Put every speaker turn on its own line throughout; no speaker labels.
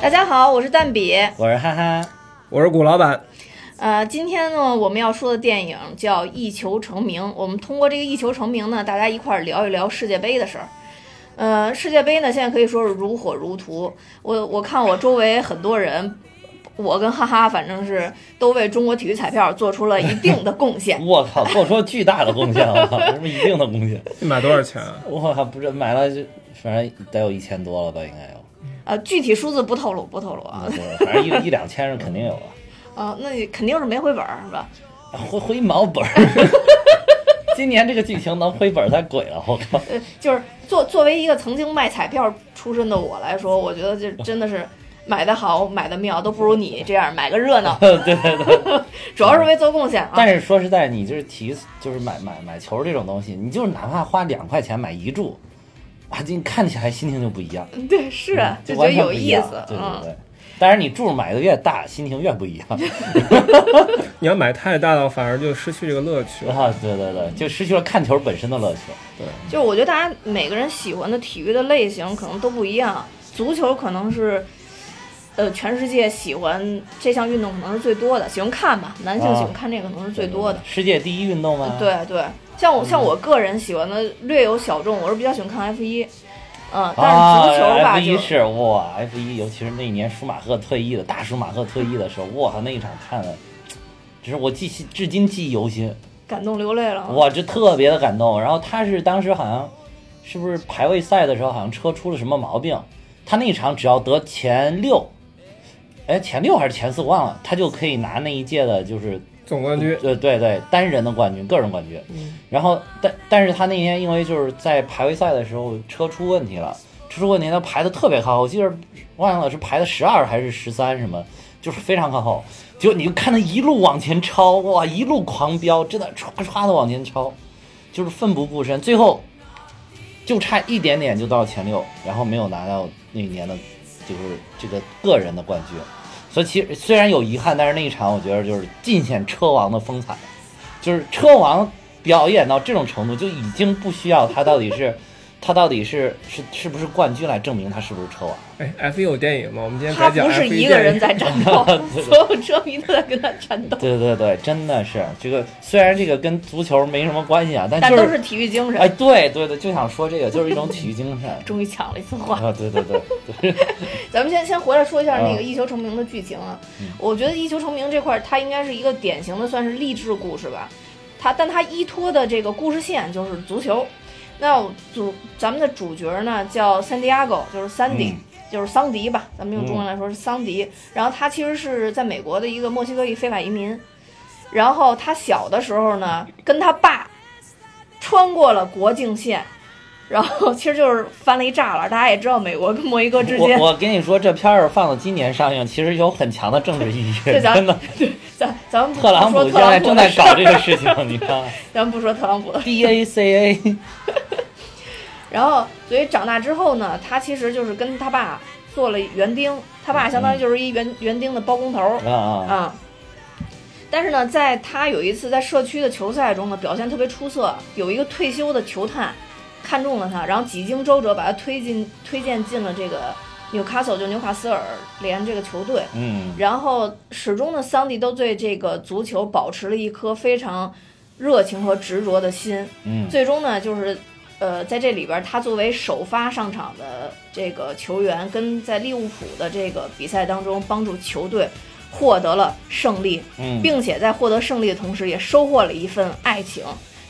大家好，我是蛋比。
我是哈哈，
我是古老板，
呃，今天呢，我们要说的电影叫《一球成名》。我们通过这个《一球成名》呢，大家一块儿聊一聊世界杯的事儿。呃，世界杯呢，现在可以说是如火如荼。我我看我周围很多人，我跟哈哈，反正是都为中国体育彩票做出了一定的贡 献。
我靠，做出了巨大的贡献 了，什么一定的贡献？
你买多少钱啊？
我靠，不是买了就，反正得有一千多了吧，应该有，
呃，具体数字不透露，不透露啊。
就是反正 一一两千是肯定有啊了，
呃，那你肯定是没回本儿是吧？
回回毛本 儿。今年这个剧情能回本儿太鬼了，我 靠！
呃，就是作作为一个曾经卖彩票出身的我来说，我觉得这真的是买的好、买的妙都不如你这样买个热 闹，
对对对，
主要是为做贡献啊。
但是说实在，你就是提就是买买买球这种东西，你就是哪怕花两块钱买一注，啊，你看起来心情就不一样，
对，是啊，
嗯就
就觉
完
得
全
有
不一
意
样
思，
对对
嗯。
对。当然，你注买的越大，心情越不一样。
你要买太大了，反而就失去这个乐趣。
啊，对对对，就失去了看球本身的乐趣。
就是我觉得大家每个人喜欢的体育的类型可能都不一样，足球可能是，呃，全世界喜欢这项运动可能是最多的，喜欢看吧，男性
啊
喜欢看这个可能是最多的。
世界第一运动吗？啊
对对，像我像我个人喜欢的略有小众，我是比较喜欢看 F 一，嗯，但是足球吧
啊，F 一
就是
哇，F 一，尤其是那年舒马赫退役的大舒马赫退役的时候，哇，那一场看的，只是我记至今记忆犹新，
感动流泪了。
哇，这特别的感动。然后他是当时好像是不是排位赛的时候，好像车出了什么毛病，他那一场只要得前六，哎，前六还是前四我忘了，他就可以拿那一届的就是
总冠军，
对呃对对，单人的冠军，个人冠军。然后，但但是他那天因为就是在排位赛的时候车出问题了，车出问题他排的特别靠后，我记得忘了是排的十二还是十三什么，就是非常靠后。结果你就看他一路往前超，哇，一路狂飙，真的唰唰的往前超，就是奋不顾身，最后就差一点点就到前六，然后没有拿到那一年的，就是这个个人的冠军。所以其实虽然有遗憾，但是那一场我觉得就是尽显车王的风采，就是车王表演到这种程度，就已经不需要他到底是他到底是是是不是冠军来证明他是不是车王。
哎，F 一有电影吗？我们今天
他
改讲
不
F
是一个
电
人
影。
在战斗，所有车迷都在跟他战 斗，
对对对，真的是这个虽然这个跟足球没什么关系啊，但
但
就
都是体育精
哎，
神。
对对对，就想说这个就是一种体育 精神
终于抢了一次话，
啊，对对对对，
咱们先先回来说一下那个《
嗯
一球成名》的剧情啊。我觉得《一球成名》这块儿，它应该是一个典型的算是励志故事吧。它，但它依托的这个故事线就是足球。那我主咱们的主角呢叫 Santiago，就是三迪、
嗯
就是桑迪吧，咱们用中文来说是桑迪。然后他其实是在美国的一个墨西哥裔非法移民。然后他小的时候呢，跟他爸穿过了国境线，然后其实就是翻了一栅栏。大家也知道，美国跟墨西哥之间
我我跟你说，这片儿放到今年上映，其实有很强的政治意义，
这咱
真的。
咱咱们不
特朗普
说
现
特
在
朗普
正
的
在
事
搞
儿，
这个事情，你看
咱们不说特朗普的事儿。
D A C A，
然后，所以长大之后呢，他其实就是跟他爸做了园丁，他爸相
嗯
当于就是一园园丁的包工头儿
啊啊，
啊。但是呢，在他有一次在社区的球赛中呢，表现特别出色，有一个退休的球探看中了他，然后几经周折把他推进推荐进了这个纽卡索，就纽卡斯尔联这个球队。
嗯，
然后始终呢，桑迪都对这个足球保持了一颗非常热情和执着的心。
嗯
最终呢，就是呃，在这里边儿，他作为首发上场的这个球员，跟在利物浦的这个比赛当中，帮助球队获得了胜利，
嗯，
并且在获得胜利的同时，也收获了一份爱情。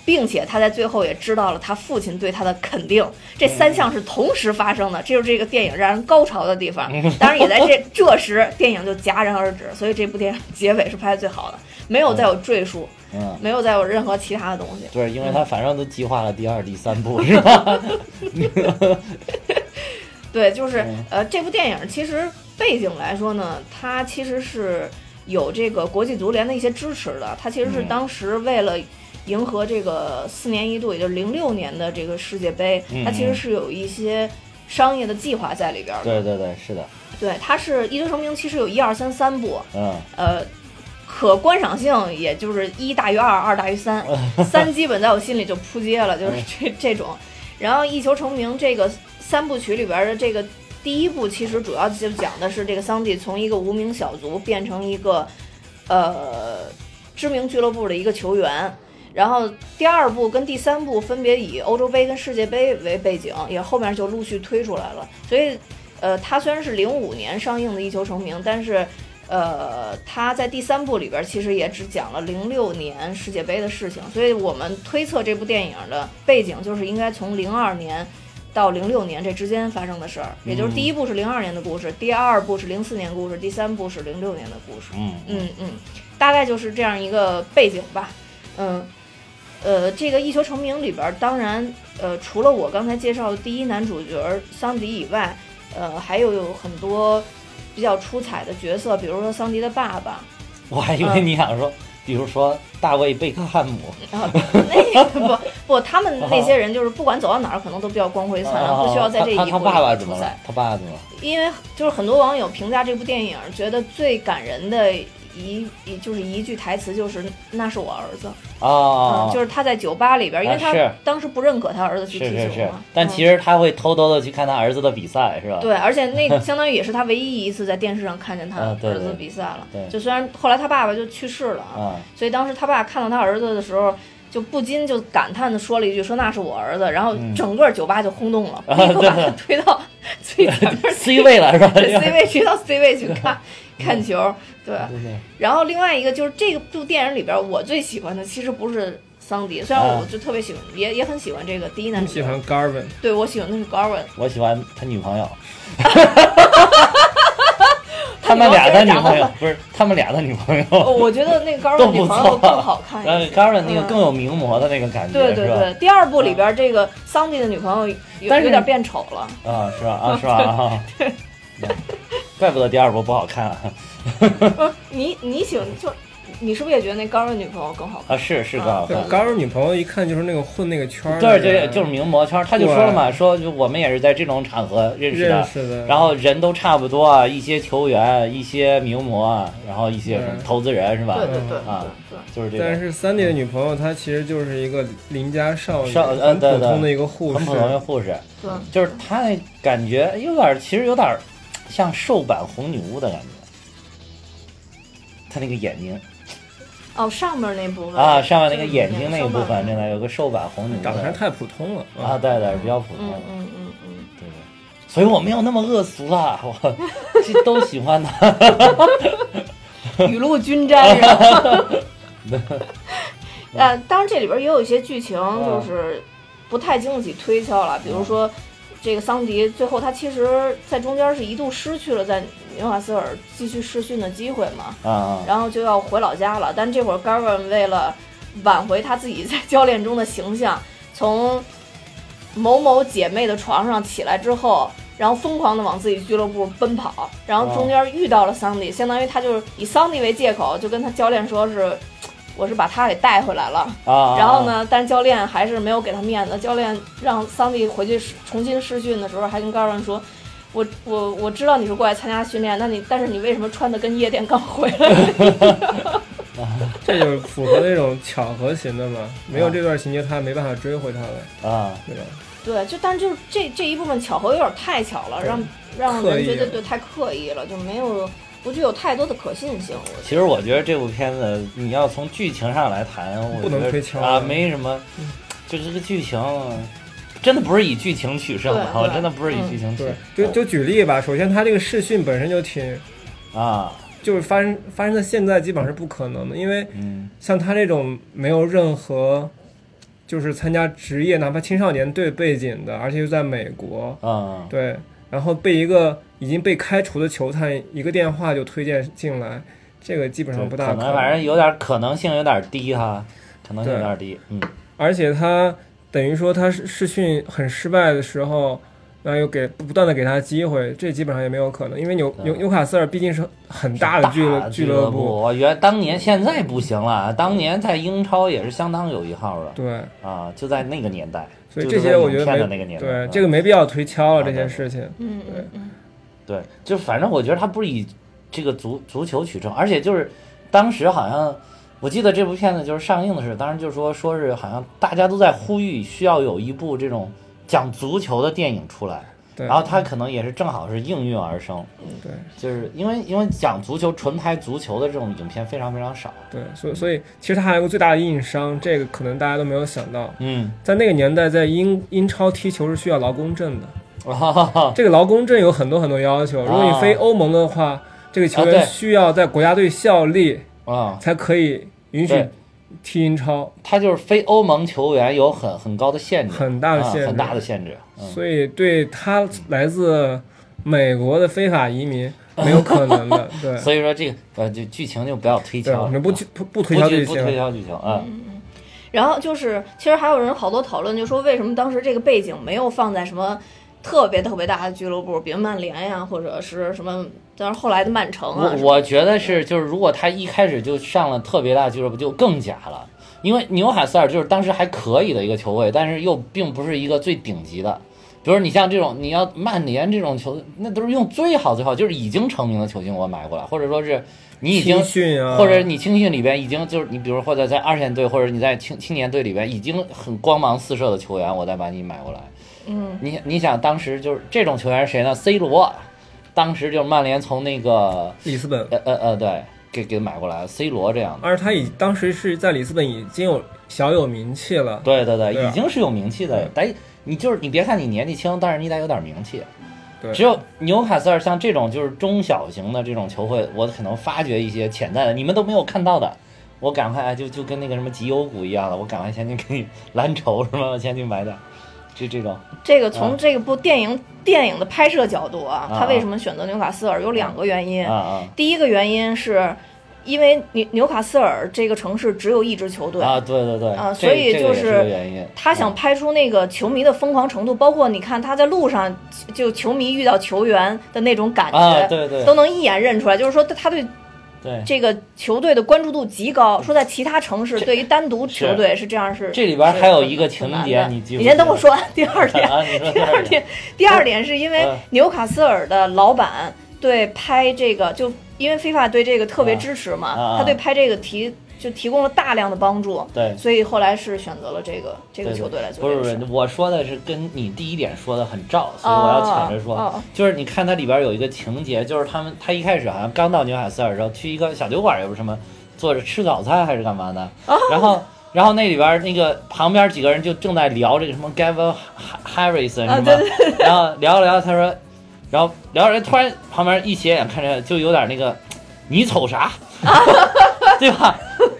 并且他在最后也知道了他父亲对他的肯定，这三项是同时发生的，这就是这个电影让人高潮的地方。当然，也在这这时电影就戛然而止，所以这部电影结尾是拍的最好的，没有再有赘述，
嗯，
没有再有任何其他的东西。
对，因为他反正都计划了第二、第三 部，是吧？
对，就是、
嗯
呃，这部电影其实背景来说呢，它其实是有这个国际足联的一些支持的。它其实是
嗯
当时为了迎合这个四年一度，也就是零六年的这个世界杯，它其
嗯
实
嗯
是有一些商业的计划在里边儿的。
对对对，是的，
对，它是《一球成名》，其实有一二三三部，
嗯，
呃。可观赏性也就是一大于二，二大于三，三基本在我心里就 扑街了，就是这这种。然后一球成名这个三部曲里边的这个第一部其实主要就讲的是这个桑蒂从一个无名小卒变成一个呃知名俱乐部的一个球员。然后第二部跟第三部分别以欧洲杯跟世界杯为背景，也后面就陆续推出来了。所以，呃，它虽然是零五年上映的《一球成名》，但是，呃，它在第三部里边其实也只讲了零六年世界杯的事情。所以我们推测这部电影的背景就是应该从零二年到零六年这之间发生的事儿，也就是第一部是零二年的故事，第二部是零四年故事，第三部是零六年的故事。
嗯
嗯嗯，大概就是这样一个背景吧。嗯，呃，这个《一球成名》里边儿，当然，呃，除了我刚才介绍的第一男主角儿桑迪以外，呃，还有有很多比较出彩的角色，比如说桑迪的爸爸，
我还以为
嗯
你想说，比如说大卫贝克汉姆，
然后啊那个不 不，他们那些人就是不管走到哪儿，可能都比较光辉灿烂，不需要在这一
啊他
步
他他爸爸
里
怎
出
么
彩
了。？他爸爸怎么了？
因为就是很多网友评价这部电影，觉得最感人的一一就是一句台词就是“那是我儿子”，
啊，
嗯，就是他在酒吧里边，因为
啊
他
是
当时不认可他儿子去踢
是
球
是是
嘛。，
但
嗯
其实他会偷偷的去看他儿子的比赛，是吧？
对，而且 那相当于也是他唯一一次在电视上看见他
啊
儿
对
子
对
比赛了。
对
就虽然后来他爸爸就去世了啊，
啊，
所以当时他爸看到他儿子的时候。就不禁就感叹的说了一句：“说那是我儿子。”然后
嗯
整个酒吧就轰动 了，立刻把他推到最前面
C 位了是吧？
对 C 位，推到 C 位去 看看球。对，
哎对对
然后另外一个就是这个部电影里边，我最喜欢的其实不是桑迪，虽然
啊
我就特别喜欢，也也很喜欢这个第一男
你
主角
喜欢 Garvin，
对我喜欢的是 Garvin，
我喜欢他女朋友。他们俩的女朋友不是他们俩的女朋
哦，
友，
我觉得那个
都
Garvin
不
女朋
错
友。更好看
然后
一些。
刚然那个
嗯
更有名模的那个感觉，
对对
是吧
对，第二部里边这个桑迪的女朋友有
但是
有点变丑了，
啊，是吧？啊，是吧？啊， 嗯怪不得第二部不好看啊！
不是你你喜欢就你是不是也觉得那 Garvin 女朋友更好看？
啊是是
啊
更好
对
看。
，Garvin 女朋友一看就是那个混那个圈儿的
对，
人，
对，就是名模圈儿，他就说了嘛，说就我们也是在这种场合认识
认
的，
识的。
然后人都差不多啊，一些球员，一些名模啊，然后一些什么
嗯
投资人是吧
对？对对对
啊
对。
就是这
但
种
是三弟的女朋友她其实就是一个邻家少女，
少呃
很
对
普通
对
的一个护
很
士
普，通的护士，
对
就是他那感觉有点儿，其实有点儿像瘦版红女巫的感觉。他那个眼睛
哦，上面那部分
啊，上面那个眼睛那一部
上
分，
面
真的有个瘦版红女巫
长得还
的
太普通了
啊，对对，比较普通
嗯
的。
嗯嗯嗯，
对对，所以我没有那么恶俗啦， 我这都喜欢 他。
嗯 雨露均沾是吧？ 呃，当然这里边也有一些剧情就是不太经得起推敲了，比如说。这个桑迪最后他其实，在中间是一度失去了在纽卡斯尔继续试训的机会嘛，
啊，
然后就要回老家了。但这会儿 Garvin 为了挽回他自己在教练中的形象，从某某姐妹的床上起来之后，然后疯狂的往自己俱乐部奔跑，然后中间遇到了桑迪，相当于他就是以桑迪为借口，就跟他教练说是。我是把他给带回来了，
啊啊！
然后呢，但是教练还是没有给他面子。教练让桑迪回去试重新试训的时候，还跟 Garvin 说：“我我我知道你是过来参加训练，那你但是你为什么穿的跟夜店刚回来
这就是符合那种巧合型的嘛。没有这段情节，他没办法追回他来，
啊？
对吧？
对，就但是就是这这一部分巧合有点太巧了，
对
让让
刻
人
意
觉得
了
对太刻意了，就没有不具有太多的可信性。我
其实我觉得这部片子，你要从剧情上来谈，我
不能
觉得
推敲
啊，
啊
没什么，就这个剧情，真的不是以剧情取胜的，
对
我
对嗯
真的不是以剧情取
对，就就举例吧。首先，他这个试训本身就挺，
啊，
就是发生发生在现在基本上是不可能的，因为
嗯
像他这种没有任何，就是参加职业哪怕青少年队背景的，而且又在美国，
啊
对，然后被一个已经被开除的球探一个电话就推荐进来，这个基本
对
上嗯不
可
大
能反正有点可能性有点低哈，可能性有点低，嗯
而且他等于说他试试训很失败的时候，那又给不断的给他机会，这基本上也没有可能，因为纽
对
纽纽卡斯尔毕竟是很大的俱乐
俱
乐
部，，我原当年现在不行了，当年在英超也是相当有一号的
对，
啊，就在那个年代，
所以
就
这
是
些
说
我觉
影片的
得
那个
没
年代，
对
嗯
这个没必要推
啊
敲了这
对
些事情，
嗯
对
嗯嗯，
对，就反正我觉得他不是以这个足足球取胜，而且就是当时好像我记得这部片子就是上映的时候，当时就说说是好像大家都在呼吁需要有一部这种讲足球的电影出来，
对嗯
然后他可能也是正好是应运而生，
对
就是因为因为讲足球纯拍足球的这种影片非常非常少，
对，所以所以其实他还有个最大的硬伤，这个可能大家都没有想到，
嗯，
在那个年代，在英英超踢球是需要劳工证的，
哈哈哈，
这个劳工证有很多很多要求，如果
啊
你非欧盟的话，这个球
啊
员
对
需要在国家队效力
啊，
才可以允许
对
踢英超，
他就是非欧盟球员有很很高的限制，
很大的限
啊
制
很大的限制，嗯，
所以对他来自美国的非法移民没有可能 的，对。
所以说这个呃就剧情就不要推
对，
敲
我
了，
们不
啊
不不推销
剧
这
不推
些，
敲剧情啊，
然后就是，其实还有人好多讨论，就说为什么当时这个背景没有放在什么特别特别大的俱乐部，比如曼联呀、或者是什么，当然后来的曼城啊
我
什么，
我觉得是，就是如果他一开始就上了特别大俱乐部，就更假了。因为纽卡斯尔就是当时还可以的一个球队，但是又并不是一个最顶级的。比如你像这种，你要曼联这种球队，那都是用最好最好，就是已经成名的球星我买过来，或者说是你已经
青训啊，
或者你青训里边已经就是你，比如或者在二线队或者你在青青年队里边已经很光芒四射的球员，我再把你买过来。
嗯，
你你想当时就是这种球员是谁呢？C 罗，当时就是曼联从那个
里斯本，
呃呃呃，对，给给买过来了 C 罗这样的，
而他已当时是在里斯本已经有小有名气了，
对对对，
对啊
已经是有名气的，得你就是你别看你年纪轻，但是你得有点名气。
对
只有纽卡斯尔像这种就是中小型的这种球会，我可能发掘一些潜在的，你们都没有看到的，我赶快哎就就跟那个什么集邮股一样的，我赶快先去给你 蓝筹什么，我先去买点，就这种，
这个从这部电影、电影的拍摄角度啊，
啊
他为什么选择纽卡斯尔有两个原因，
啊啊
第一个原因是因为纽纽卡斯尔这个城市只有一支球队，
啊，对对对，
啊
这
所以
这个
就
也是
是
个原因，啊
他想拍出那个球迷的疯狂程度，包括你看他在路上就就球迷遇到球员的那种感觉，
啊，对对
都能一眼认出来。就是说他对
对，
这个球队的关注度极高，说在其他城市对于单独球队是这样是。
嗯这里边还有一个情
很难
节，
的
你记不
你
记得？
先等我说完 第二 点。
啊，你说
第二点，第二点是因为
嗯
纽卡斯尔的老板对拍这个，就因为 FIFA 对这个特别支持
啊啊
嘛，他对拍这个提就提供了大量的帮助，
对
所以后来是选择了这个这
对
个
对
球队来做
不
这
是
个
不
事
是
儿。，
我说的是跟你第一点说的很照，所以我要抢着说，
哦哦哦
就是你看它里边有一个情节，就是他们他一开始好像刚到纽卡斯尔的时候，去一个小酒馆，也不是什么，坐着吃早餐还是干嘛的，
哦
然后。然后那里边那个旁边几个人就正在聊这个什么 Gavin Harrison 什么，
啊对对
然后聊着聊着，他说，然后聊着聊着突然旁边一斜眼看着就有点那个，你瞅啥？ 对吧？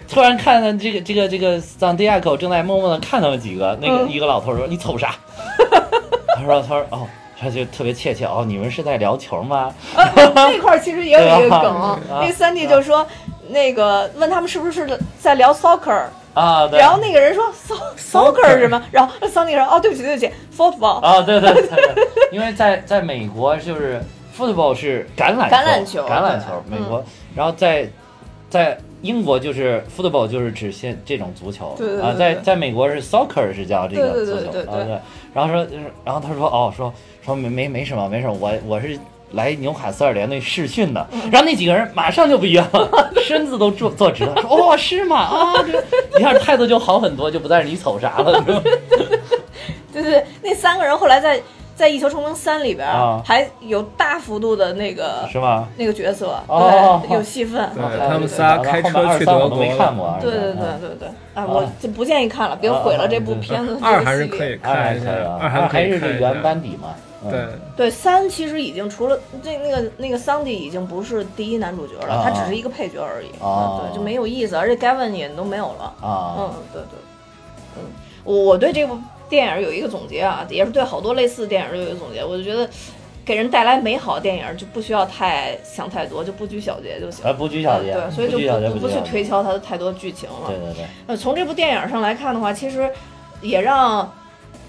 突然看到这个这个这个桑迪亚口正在默默的看他们几个，那个
嗯
一个老头说：“你瞅啥？”他说：“他说哦，他就特别怯怯哦，你们是在聊球吗
啊，这块儿其实也有一个
对
梗，那个三弟就说，那个问他们是不是在聊 soccer，？”
啊，对，
然后那个人说 so- soccer 是什么？然后桑迪说，哦，对不起，对不起，football，
啊，对对对对，因为在在美国就是 football 是橄榄
橄榄球
橄榄球，美
对嗯
国，然后在在英国就是 football 就是指现这种足球，
对对
啊，
对
在
对
在美国是 soccer 是叫这个
对对
足
对
球，
对对
啊对，然后说，然后他说哦说说没没没什么没什么，我我是。来纽卡斯尔联队试训的，
嗯
然后那几个人马上就不一样 了，身子都坐坐直了，说哦是吗？啊，这一下态度就好很多，就不再是你瞅啥了， 是吧？
对对对，那三个人后来在在《一球成名三》里边
啊
还有大幅度的那个
是吗？
那个角色，
哦
对，有戏份。
对他们仨开车去德国
我都没看过啊。
对对对对对，啊，我就不建议看了，别毁了这部片子。
啊二
这个
还是
系列
可以
二还
嗯看一
可
下
以啊，，
二还可
还
以
是
看一下
原班底嘛。嗯
对，
对三其实已经除了这那个那个桑迪已经不是第一男主角了，
啊
他只是一个配角而已。嗯
啊
对，就没有意思，而且 Gavin 也都没有了。
啊
嗯，对对，嗯，我我对这部电影有一个总结啊，也是对好多类似的电影都有一个总结，我就觉得。给人带来美好的电影就不需要太想太多，就不拘小节就行。嗯
呃，不拘小节，
对，所以
不
就
拘小节，
不
不
不
拘
去
小节。
推敲它的太多剧情了。
对对对，
呃，从这部电影上来看的话，其实也让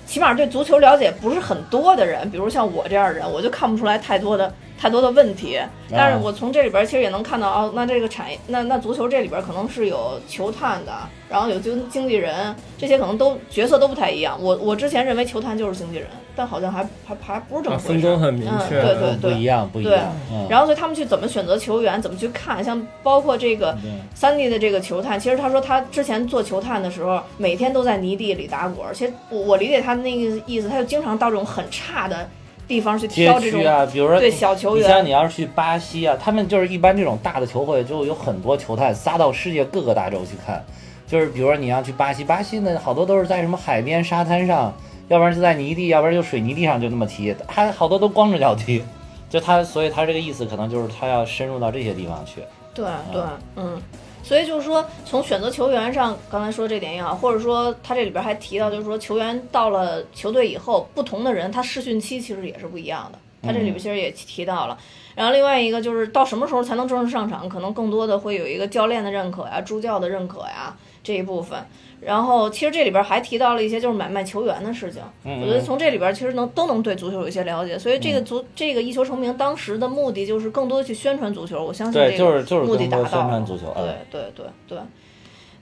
起码对足球了解不是很多的人，比如像我这样的人，我就看不出来太多的太多的问题。但是我从这里边其实也能看到，哦，那这个产业，那那足球这里边可能是有球探的，然后有经经纪人，这些可能都角色都不太一样。我我之前认为球探就是经纪人，但好像还还还不是这
啊
么回
分
事。
工很明
嗯
确，
对对
不一样，不一样。嗯，
然后所以他们去怎么选择球员，怎么去看，像包括这个
对
三弟的这个球探，其实他说他之前做球探的时候，每天都在泥地里打滚儿。其实我我理解他那个意思，他就经常到这种很差的地方去
街
挑这种
区啊，比如说
对小球
你
员
像你要是去巴西啊，他们就是一般这种大的球会就有很多球探撒到世界各个大洲去看，就是比如说你要去巴西，巴西呢好多都是在什么海边沙滩上，要不然就在泥地，要不然就水泥地上就那么踢，还好多都光着脚踢，就他所以他这个意思可能就是他要深入到这些地方去，
对对，嗯，所以就是说，从选择球员上，刚才说这点也好，或者说他这里边还提到，就是说球员到了球队以后，不同的人他试训期其实也是不一样的。他这里
嗯
边其实也提到了，然后另外一个就是到什么时候才能正式上场，可能更多的会有一个教练的认可呀、助教的认可呀这一部分。然后其实这里边还提到了一些就是买卖球员的事情，
嗯
我觉得
嗯
从这里边其实能都能对足球有一些了解。所以这个足、这个一球成名当时的目的就是更多的去宣传足球，我相信这个
对，就是就是
目的
更
达
多
到
宣传足球，嗯
对。对对对。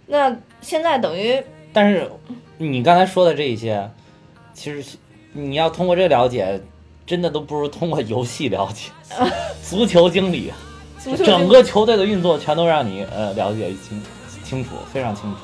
那现在等于
但是你刚才说的这一些，其实你要通过这了解，真的都不如通过游戏了 解。足球经理，
足球
整个球队的运作全都让你呃了解清清楚，非常清楚。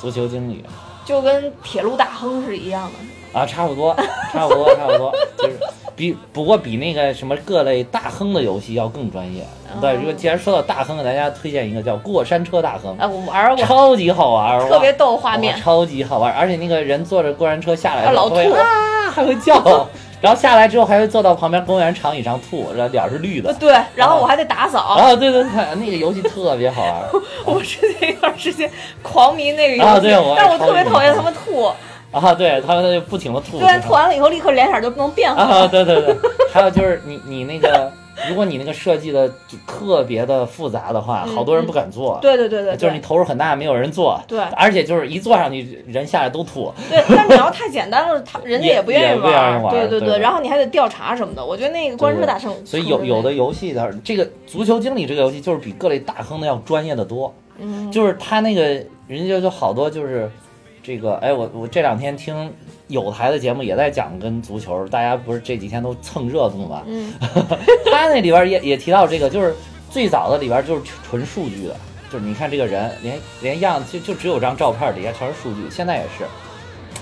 足球经理
就跟铁路大亨是一样的，
啊，差不多，差 不多，差不多，就是比不过比那个什么各类大亨的游戏要更专业。
哦
对，如果既然说到大亨，给大家推荐一个叫《过山车大亨》，
啊，我玩过，
超级好玩儿，
特别
哇
逗画面
哇，哦超级好玩儿，而且那个人坐着过山车下来
啊
的时
老
候
吐
会，啊，还会叫， 然后下来之后还会坐到旁边公园长椅上吐，然后脸儿是绿的。
对，然后我还得打扫，
啊，对对对，那个游戏特别好玩 儿
我之前有段时间狂迷那个游戏，
啊对我
但是我
也超
特别
迷
讨厌他们吐，
啊！对他们就不停的吐，
对，吐完了以后立刻脸色就能变化，
啊，对对对，还有就是你你那个， 如果你那个设计的就特别的复杂的话，
嗯
好多人不敢做，
对对对对，
就是你
对
投入很大，没有人做，
对
而且就是一坐上去，人下来都吐，
对，但你要太简单了， 他人家
也
不愿
也不愿意玩
对对
对对
然后你还得调查什么的，我觉得那个关车大圣，
所以有有的游戏它这个足球经理这个游戏就是比各类大亨的要专业的多，
嗯
就是他那个人家就好多就是这个哎我我这两天听有台的节目也在讲跟足球，大家不是这几天都蹭热 度嘛，
嗯
他那里边也也提到这个，就是最早的里边就是纯数据的，就是你看这个人连连样就就只有张照片，底下全是数据，现在也是，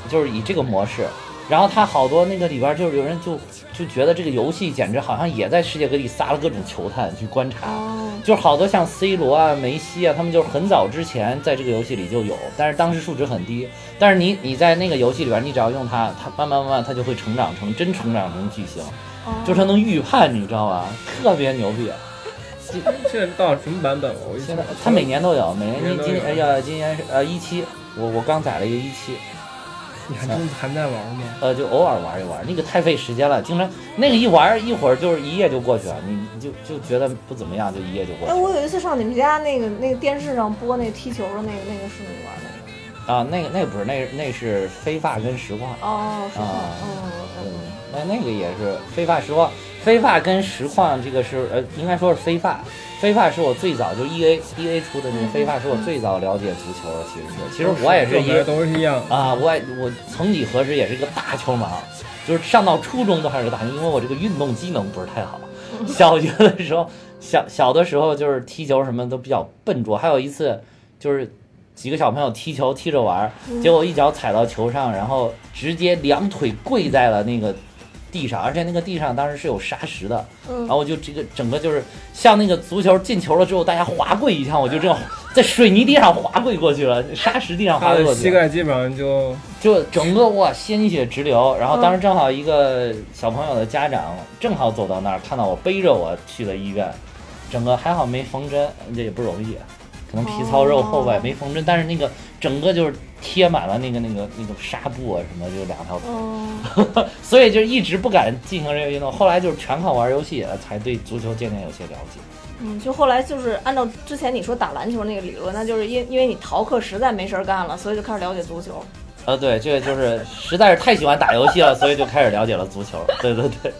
就是以这个模式。然后他好多那个里边就是有人就就觉得这个游戏简直好像也在世界各地撒了各种球探去观察，
哦
就是好多像 C 罗啊、梅西啊，他们就是很早之前在这个游戏里就有，但是当时数值很低。但是你你在那个游戏里边，你只要用它，它慢慢慢慢它就会成长成真成长成巨星。
哦
就是他能预判，你知道吧？特别牛逼。
现在到什么版本了？我一
现在他每年都有，每年
每年
今
都
今
有
哎呀，今年是呃一期，我我刚宰了一个一期，
你还
嗯
真还在玩吗？
呃就偶尔玩一玩，那个太费时间了，经常那个一玩一会儿就是一夜就过去了，你你就就觉得不怎么样，就一夜就过
哎，
去
我有一次上你们家那个那个电视上播那踢球的那个那个是你玩的那
了啊。那个那个不是，那那是飞发跟实况，
个？哦，是吗？
啊嗯
嗯，
那那个也是飞发实况，飞发跟实况这个是呃应该说是飞发。飞发是我最早就 E A E A 出的那个飞发是我最早了解足球的，其实是，其实我也是
跟
因
们
为
都是一样。
啊，我也我曾几何时也是一个大球盲，就是上到初中都还是个大球，因为我这个运动机能不是太好。小学的时候，小小的时候就是踢球什么都比较笨拙，还有一次就是几个小朋友踢球踢着玩儿，
嗯
结果一脚踩到球上，然后直接两腿跪在了那个地上，而且那个地上当时是有沙石的，
嗯
然后我就这个整个就是像那个足球进球了之后，大家滑跪一下，我就这样在水泥地上滑跪过去了，沙石地上
他
滑跪
的
过去。
膝盖基本上就
就整个哇鲜血直流，然后当时正好一个小朋友的家长正好走到那儿，看到我背着我去了医院，整个还好没缝针，这也不容易，可能皮糙肉厚吧，
哦
也没缝针，但是那个整个就是贴满了那个那个那个纱布啊什么，就两条，
嗯，
所以就一直不敢进行这个运动，后来就是全靠玩游戏呃才对足球渐渐有些了解。
嗯，就后来就是按照之前你说打篮球那个理论，那就是因因为你逃课实在没事儿干了，所以就开始了解足球。
呃，对，这个就是实在是太喜欢打游戏了，所以就开始了解了足球。对对对，对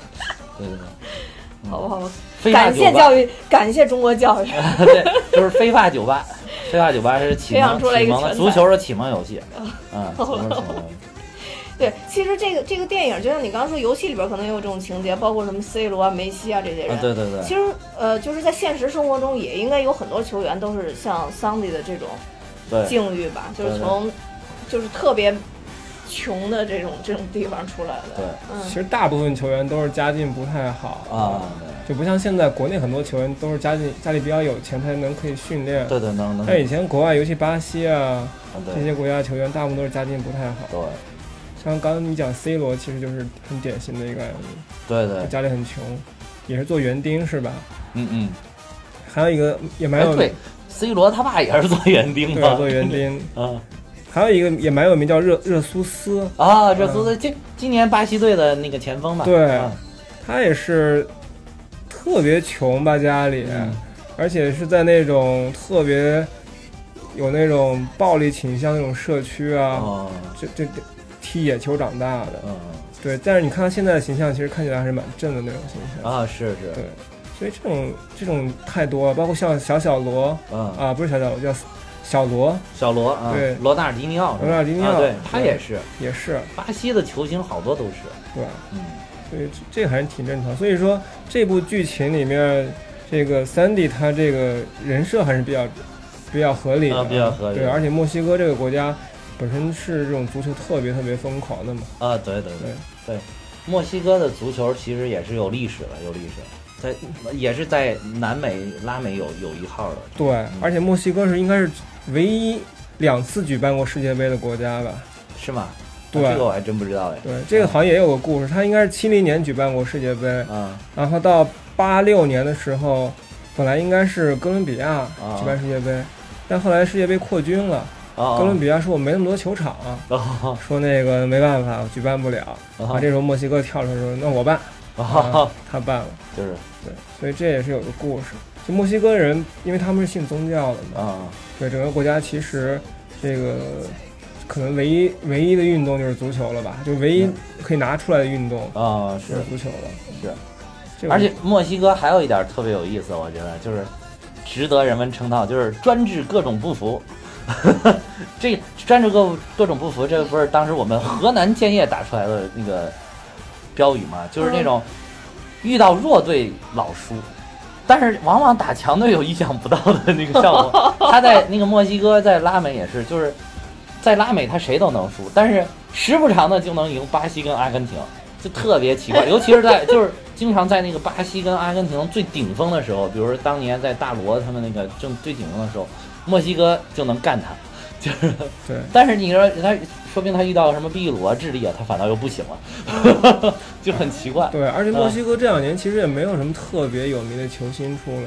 对对。
好吧，好吧，
嗯非法
感
酒
谢
吧
教育，感谢中国教育。
对，就是非法酒吧，非法酒吧是启
培养
蒙
出来一
启
个
蒙的
全才哦
足球的启蒙游戏，嗯，足球的启蒙游戏。
对，其实这个这个电影，就像你刚刚说，游戏里边可能也有这种情节，包括什么 C 罗啊、梅西啊这些人。
啊，对对对
其，实，呃，就是在现实生活中，也应该有很多球员都是像桑迪的这种
对
境遇吧，就是
对对
从，就是特别穷的这种这种地方出来的。
对
其
嗯，
实大部分球员都是家境不太好，
啊，
就不像现在国内很多球员都是家境家里比较有钱才能可以训练。
对对能能，
但以前国外，尤其巴西啊
对
这些国家球员，大部分都是家境不太好。
对
像刚刚你讲 C 罗，其实就是很典型的一个案例，
对
他
对，
家里很穷，也是做园丁是吧？
嗯嗯，
还有一个也蛮
哎
有
对，C 罗他爸也是做园丁
对
的，
做园丁，
嗯
还有一个也蛮有名叫热热苏斯，
啊，热苏斯今今年巴西队的那个前锋吧，
嗯对啊
嗯
他也是特别穷吧家里，
嗯
而且是在那种特别有那种暴力倾向那种社区啊，
哦
就就就踢野球长大的。
嗯
对，但是你看他现在的形象，其实看起来还是蛮正的那种形象。
啊是是
对，所以这种这种太多了，包括像小小罗
嗯
啊，不是小小罗，叫小罗
小罗啊
对
罗纳尔迪尼奥是吧
罗纳尔迪尼奥
啊对他
对
也是
也是，
巴西的球星好多都是
对吧？
嗯
所以这这还是挺正常。所以说这部剧情里面，这个 Sandy 他这个人设还是比较比较合理的，
啊比较合理
对，而且墨西哥这个国家本身是这种足球特别特别疯狂的嘛，
啊对对
对，
对，墨西哥的足球其实也是有历史的，有历史，在呃也是在南美、拉美有有一号的。
对，而且墨西哥是应该是唯一两次举办过世界杯的国家吧。
是吗？
对
啊这个我还真不知道哎。
对，这个好像也有个故事，他应该是七零年举办过世界杯，
啊
然后到八六年的时候，本来应该是哥伦比亚举办世界杯，但后来世界杯扩军了，
啊啊！
哥伦比亚说我没那么多球场，
哦
说那个没办法，我举办不了。
哦
啊，这时候墨西哥跳出来说，那我办，啊
哦，
他办了。
就是
对，所以这也是有个故事。就墨西哥人，因为他们是信宗教的嘛，
啊
对整个国家其实这个可能唯一唯一的运动就是足球了吧，就唯一
嗯
可以拿出来的运动
啊
就是是足球了。
是，
这个
而且墨西哥还有一点特别有意思，我觉得就是值得人们称道，就是专治各种不服。这专治各各种不服，这不是当时我们河南建业打出来的那个标语吗？就是那种遇到弱队老输，但是往往打强队有意想不到的那个效果。他在那个墨西哥，在拉美也是，就是在拉美他谁都能输，但是时不常的就能赢巴西跟阿根廷，就特别奇怪。尤其是在就是经常在那个巴西跟阿根廷最顶峰的时候，比如说当年在大罗他们那个正最顶峰的时候，墨西哥就能干他，就是。
对，
但是你说他说不定他遇到什么秘鲁啊、智利啊，他反倒又不行了， 就很奇怪。
对，而且
啊
墨西哥这两年其实也没有什么特别有名的球星出来，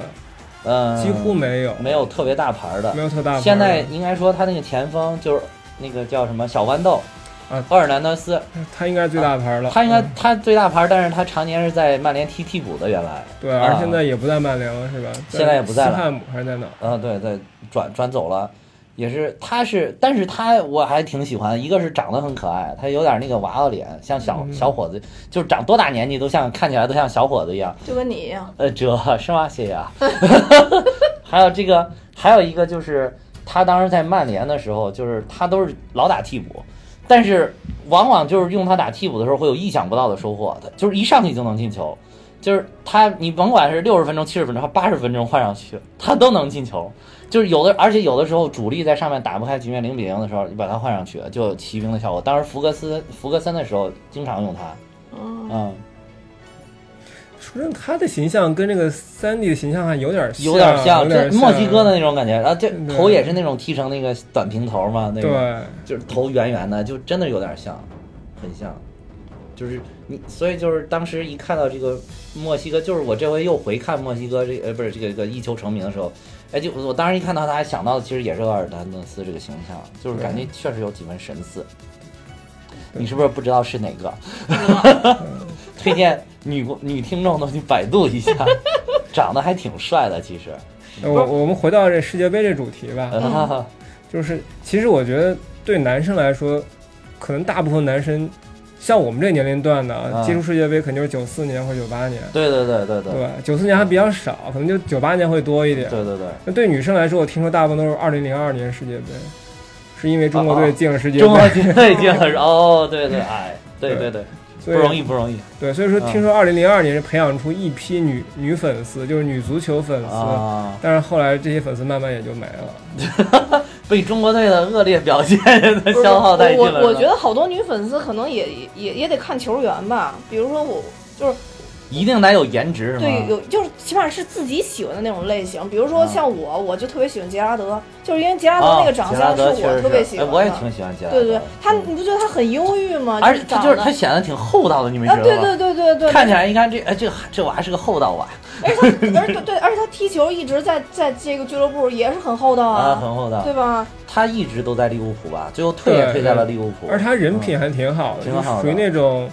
嗯，
几乎没有，
没有特别大牌的
没。有特大牌儿的。
现在应该说他那个前锋就是那个叫什么小豌豆，
啊
厄尔南德斯，
他应该是最大牌儿了，
他应该
嗯
他最大牌，但是他常年是在曼联踢替补的，原来。
对，而
啊
现在也不在曼联了，是吧？
现在也不在了
斯汉姆还是在哪儿？
啊，对对，转转走了，也是，他是，但是他我还挺喜欢，一个是长得很可爱，他有点那个娃娃脸，像小
嗯
小伙子，就是长多大年纪都像看起来都像小伙子一样。
就跟你一样，
呃，这 是吗？谢谢啊。还有这个，还有一个就是他当时在曼联的时候，就是他都是老打替补，但是往往就是用他打替补的时候会有意想不到的收获，他就是一上去就能进球。就是他，你甭管是六十分钟、七十分钟，还八十分钟换上去，他都能进球。就是有的，而且有的时候主力在上面打不开局面零比零的时候，你把他换上去，就有骑兵的效果。当时福格斯、福格森的时候，经常用他。
嗯，
嗯，
说真的，他的形象跟这个三 D 的形象还有点
有点
像，
像，
有
这
点
墨西哥的那种感觉。啊，这
嗯
头也是那种剃成那个短平头嘛，那个
对，
就是头圆圆的，就真的有点像，很像。就是你，所以就是当时一看到这个墨西哥，就是我这回又回看墨西哥这呃不是这个这个一球成名的时候，哎，就我当时一看到他，想到的其实也是厄尔南德斯这个形象，就是感觉确实有几分神似。
对
你是不是不知道是哪个？ 推荐女女听众都去百度一下， 长得还挺帅的，其实。
呃
嗯
我我们回到这世界杯这主题吧，
啊，
就是其实我觉得对男生来说，可能大部分男生像我们这年龄段的啊
啊
接触世界杯肯定就是九四年或九八年，
对对对对对
对吧？九四年还比较少，可能就九八年会多一点。
对对对。
那对女生来说，我听说大部分都是二零零二年世界杯，是因为中国队进了世界
啊中
杯。
国队已经很哦，对对，哎，对对对，
所
不
以
容易不容易
对，所以说
啊
听说二零零二年是培养出一批女女粉丝，就是女足球粉丝。
啊！
但是后来这些粉丝慢慢也就没了，
被中国队的恶劣表现
不是
消耗殆尽了。
我我
是
觉
吧
得好多女粉丝可能也也也得看球员吧，比如说我就是
一定得有颜值，是吗？
对有就是起码是自己喜欢的那种类型，比如说
啊
像我，我就特别喜欢杰拉德，就是因为杰拉德那个长
哦杰拉
相是
德确实
我
是
特别喜欢
哎
的，
我也挺喜欢杰拉德
对
的。
对，他
嗯
你不觉得他很忧郁吗？
而且他就是
长
他
得
显得挺厚道的，你没觉
啊，
得吗？
对对对对对，
看起来一看这哎这这我还是个厚道娃
而且他，而对对，而且他踢球一直在在这个俱乐部也是很厚道
啊，
啊，
很厚道
对。吧？
他一直都在利物浦吧，最后退也
对
退在了利物浦。
而他人品还挺好的，
嗯挺好的
就属于那种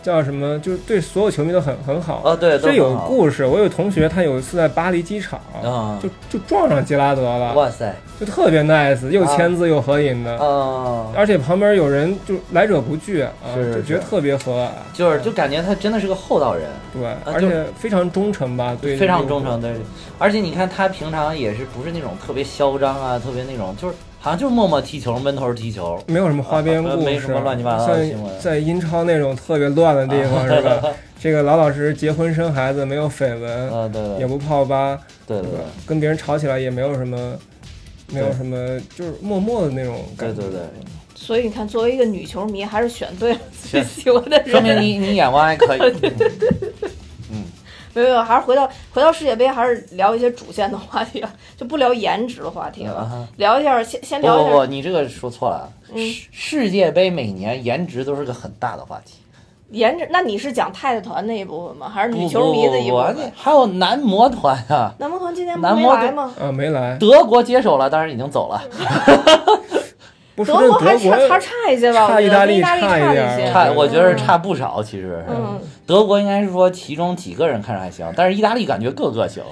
叫什么，就是对所有球迷都很很好。
哦对，
这有
事
故事，我有同学他有一次在巴黎机场，
啊
就。就撞上杰拉德了，
哇塞，
就特别 nice，又
啊
签字又合影的，
啊，
而且旁边有人就来者不拒啊，
是
就觉得
是
特别和蔼，
就是就感觉他真的是个厚道人，
对，
啊就
而且非常忠诚吧，对，
非常忠诚。对，而且你看他平常也是不是那种特别嚣张啊，特别那种就是好像就是默默踢球，闷头踢球。
没有什么花边
啊
故事，
没什么乱七八糟的新闻啊
像在英超那种特别乱的地方 是吧？这个老老实实结婚生孩子，没有绯闻，
啊，对
也
对
不泡吧，
对对
对
对
吧。跟别人吵起来也没有什么，没有什么，就是默默的那种感
对
觉。
对对，
所以你看，作为一个女球迷，还是选对了自己
是
喜欢的
说
人。
明你 你眼光还可以。
没有，没有，还是回到回到世界杯，还是聊一些主线的话题啊， 就不聊颜值的话题
啊
了
哈，
聊一下先先
不
聊一
不不，
下。
你这个说错了。啊
嗯
世世界杯每年颜值都是个很大的话题。
颜值，那你是讲太太团那一部分吗？还是女
不
球迷
不
的一
不
部
不
分？
还有男模团啊，
男模团今年不
男
没
模
来
队
吗？
啊，没来，
德国接手了，当然已经走了，
嗯
不是
德国还
德
差还
国
差一些吧？
差
我觉
意
得
大
跟
利
意大利
差一
差
点儿
些。
差，
嗯
我觉得是差不少。其实，
嗯，
德国应该是说其中几个人看着还行，但是意大利感觉个个行。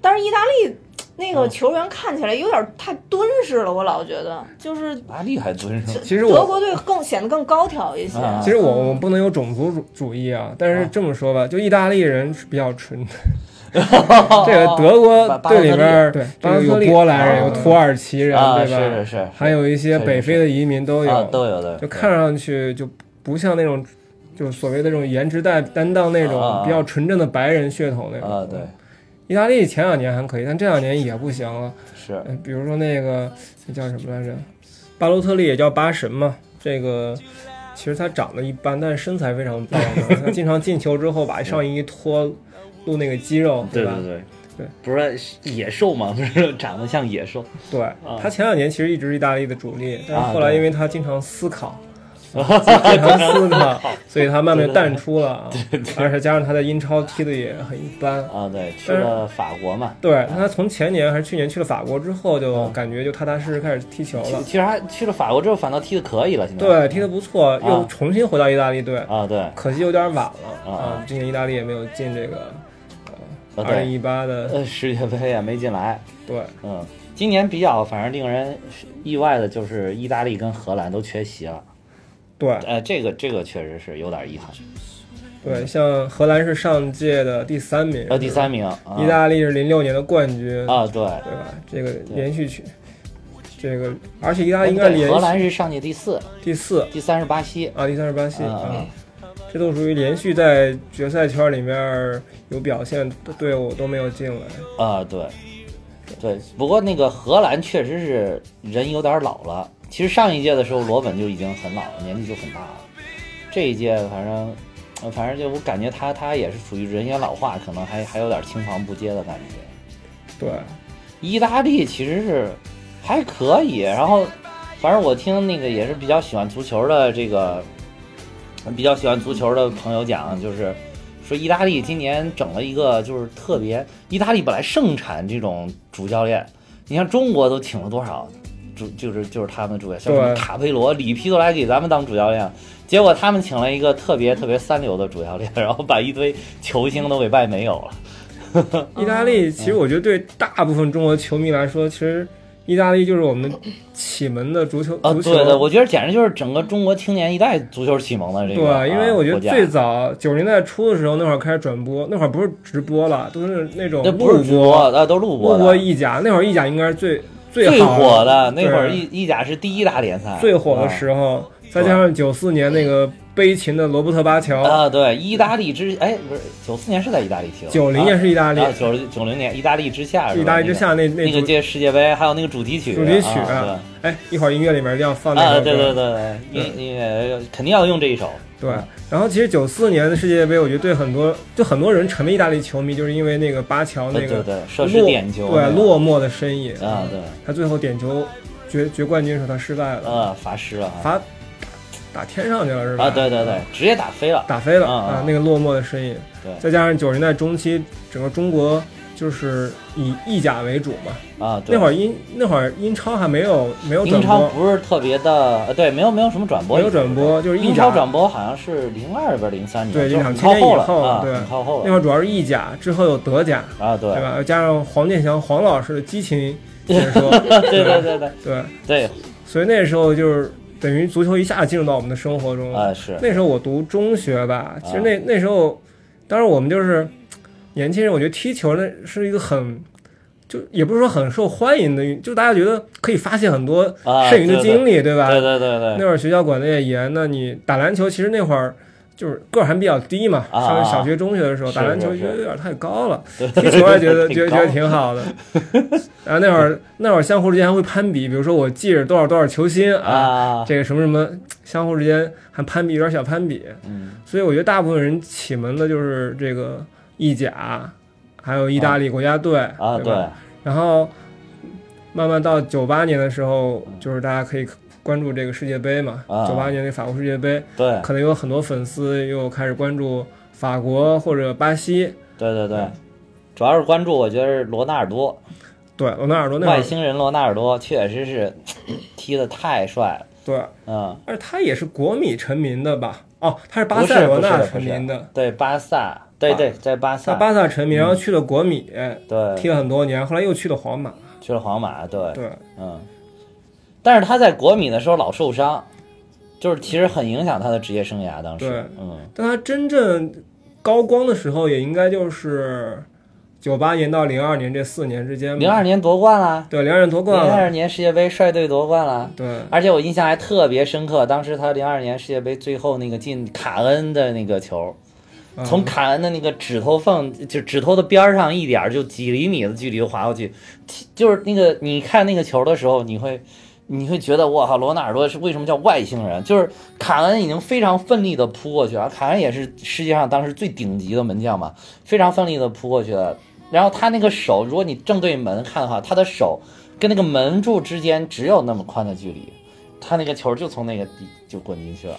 但是意大利那
嗯
个球员看起来有点太敦实了，我老觉得就是
意大利还尊重，
其实
德国嗯
我。
队更显得更高挑一些。
啊
其实我我们不能有种族主主义啊，但是
啊
这么说吧，就意大利人是比较纯，
哦
这个德
巴
国
巴
队
洛特利
里边儿
对
这个有波兰人，有土耳其人，
啊，
对吧？
是是是，
还有一些北非的移民都
啊
有，
都有的，
就看上去就不像那种，就是所谓的这种颜值担担当那
啊
种比较纯正的白人血统那种。
啊，对，
意大利前两年还可以，但这两年也不行了。
是
嗯，比如说那个那叫什么来着，巴洛特利也叫巴神嘛，这个。其实他长得一般，但是身材非常棒的。他经常进球之后把上衣一脱，露那个肌肉，吧？
对
对，
不是野兽嘛， 不是长得像野兽，
对
啊
他前两年其实一直是意大利的主力，但是后来因为他经常思 考，啊经常思考，所以他慢慢就淡出了啊。而且加上他在英超踢的也很一般。
啊，对，去了法国嘛，
对，他从前年还是去年去了法国之后，就感觉就踏踏实实开始踢球了
其。其实还去了法国之后，反倒踢的可以了，现在
对，踢得不错，又
啊
重新回到意大利队，
啊，对，
可惜有点晚了
啊
啊。今年意大利也没有进这个
啊
二零
对，
一八的，
呃，世界杯也没进来，
对，
嗯，今年比较反正令人意外的就是意大利跟荷兰都缺席了，
对，
呃，这个这个确实是有点遗憾。
对，像荷兰是上届的第三名，
呃，第三名，
意
啊
大利是零六年的冠军
啊，对，
对吧？这个连续去，这个而且意大利应该
对荷
连
兰
续
是上届第四，
第四
第三是巴西，
啊，第三是巴西
嗯
啊，这都属于连续在决赛圈里面有表现的队伍都没有进来。
啊，对，对，不过那个荷兰确实是人有点老了。其实上一届的时候，罗本就已经很老了，年纪就很大了。这一届反正，呃反正就我感觉他他也是属于人也老化，可能还还有点青黄不接的感觉。
对，
意大利其实是还可以，然后反正我听那个也是比较喜欢足球的这个比较喜欢足球的朋友讲，就是说意大利今年整了一个就是特别，意大利本来盛产这种主教练，你像中国都请了多少主就是就是他们的主教练，像什么
对
卡佩罗、里皮都来给咱们当主教练，结果他们请了一个特别特别三流的主教练，然后把一堆球星都给拜没有了。嗯
意大利其实我觉得对大部分中国球迷来说，其实意大利就是我们启蒙的足球
啊，
足球。
对的，我觉得简直就是整个中国青年一代足球启蒙的这个。
对，因为
啊
我觉得
国家
最早九十年代初的时候，那会儿开始转播，那会儿不是直播了，都是那种
那
录
不是直播，
播，
啊，都录
录
播
播
的。
意甲，那会儿意甲应该是最
最
好
火的那会儿
对
意意甲是第一大联赛，
最火的
啊
时候，再加上九四年那个悲情的罗伯特·巴乔。
啊，对，意大利之哎不是九四年是在意大利踢的，
九零年是意大利，
啊，九九零年意大利之下是吧，
意大利之下那
那个
那
那个
主
届世界杯，还有那个主题曲，
主题曲
啊，
哎，一会儿音乐里面一定要放
对
那
啊，
首
对
歌
对对对，音音乐肯定要用这一首，
对，然后其实九四年的世界杯，我觉得对很多就很多人成为意大利球迷，就是因为那个巴乔那
对对
个
对，
落
涉事点球，
对落寞的身影
啊，对，
他最后点球决决冠军的时候他失败了，
啊，法师啊，
罚打天上去了是吧？
啊，对对对，直接打飞了，
打飞了
啊啊
啊，那个落寞的身影
对，
再加上九十年代中期整个中国就是以意甲为主嘛，
啊，对
那会儿英那会儿英超还没有没有转
英超
播，
不是特别的，呃，对，没有没有什么转播，
没有转播，就是意
英超
甲
转播好像是零二边零三年，
对
就
两
很
千
靠
年以
后了
后
啊，
对
很靠后
那
了
会儿主要是意甲，之后有德甲。
啊，对
对吧？又加上黄健翔黄老师的 激情解说，对
对对对
吧
对
对，
对，
所以那时候就是等于足球一下进入到我们的生活中。
啊是
那时候我读中学
啊
吧，其实那、那时候，当时我们就是年轻人，我觉得踢球呢是一个很。就也不是说很受欢迎的运，就大家觉得可以发泄很多
啊
剩余的精力，对吧？
对对对对
那会儿学校管的也严，那你打篮球，其实那会儿就是个儿还比较低嘛，
啊
上小学、中学的时候
是
打篮球
是
觉得有点太 高了，
对，
踢球还觉得觉得觉得
挺
挺好的。然后那会儿那会儿相互之间还会攀比，比如说我记着多少多少球星
高
啊，
啊，
这个什么什么，相互之间还攀比，有点小攀比。
嗯
所以我觉得大部分人启蒙的就是这个意甲，还有意大利国家队
啊
对吧
对。
然后慢慢到九八年的时候，就是大家可以关注这个世界杯嘛。
嗯啊
九八年那法国世界杯，
对
可能有很多粉丝又开始关注法国或者巴西。
对对对，主要是关注我觉得是罗纳尔多，
对，罗纳尔多那会
外
儿，
星人罗纳尔多确实是 踢的太帅了，
对，
嗯，
而他也是国米成名的吧？哦，他是巴
不是
塞罗
不是
那
不
成
是
名的，
对巴嗯萨，对
巴
对，在巴
他
萨，
啊巴萨成名，然后去了国米，踢
对，
了很多年，后来又去了皇马。
去了皇马，对，
对，
嗯，但是他在国米的时候老受伤，就是其实很影响他的职业生涯，当时
对，
嗯，
但他真正高光的时候，也应该就是九八年到零二年这四年之间吧。
零二年夺冠嗯啦，
对，零二年
嗯
夺
零
冠
二
了。
年世界杯率队夺冠啦。
对
而且我印象还特别深刻，当时他零二年世界杯最后那个进卡恩的那个球，
嗯
从卡恩的那个指头缝，就指头的边儿上一点儿，就几厘米的距离就滑过去，踢就是那个你看那个球的时候，你会。你会觉得我靠，罗纳尔多是为什么叫外星人？就是卡恩已经非常奋力的扑过去了，卡恩也是世界上当时最顶级的门将嘛，非常奋力的扑过去了。然后他那个手，如果你正对门看的话，他的手跟那个门柱之间只有那么宽的距离，他那个球就从那个地就滚进去了，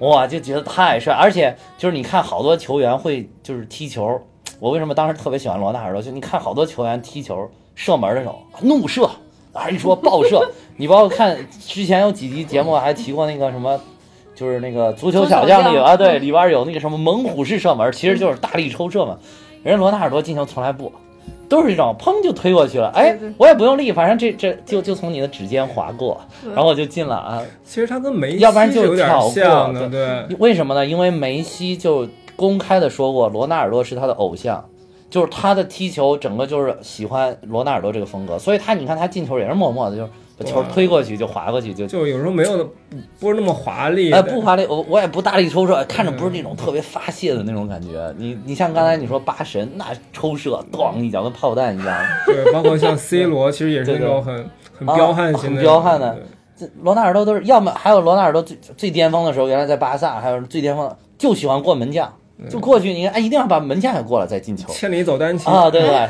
哇，就觉得太帅！而且就是你看好多球员会就是踢球，我为什么当时特别喜欢罗纳尔多？就你看好多球员踢球射门的时候怒射，啊一说爆 射，你包括看之前有几集节目还提过那个什么。就是那个足球小将里
足球小将
啊，对，里边有那个什么猛虎式射门，其实就是大力抽射嘛。人家罗纳尔多进球从来不，都是一种砰就推过去了，哎
对对，
我也不用力，反正这这就就从你的指尖划过，
对
然后我就进了啊。
其实他跟梅西
要不然就是
有点
挑过
像的，对
为什么呢？因为梅西就公开的说过，罗纳尔多是他的偶像，就是他的踢球整个就是喜欢罗纳尔多这个风格，所以他你看他进球也是默默的，就是把球
对
推过去就划过去就。
就有时候没有那不不是那么华丽。
哎，不，华丽，我我也不大力抽射，看着不是那种特别发泄的那种感觉。你你像刚才你说八神，那抽射，咣一脚跟炮弹一样。
对，包括像 C 罗，其实也是
对
那
对
种很很
啊
彪悍型的，
很彪悍的
对
这罗纳尔多都是要么还有罗纳尔多最最巅峰的时候，原来在巴萨，还有最巅峰的就喜欢过门将，
嗯
就过去你看，哎，一定要把门将给过了再进球
千里走单骑
啊，对不对？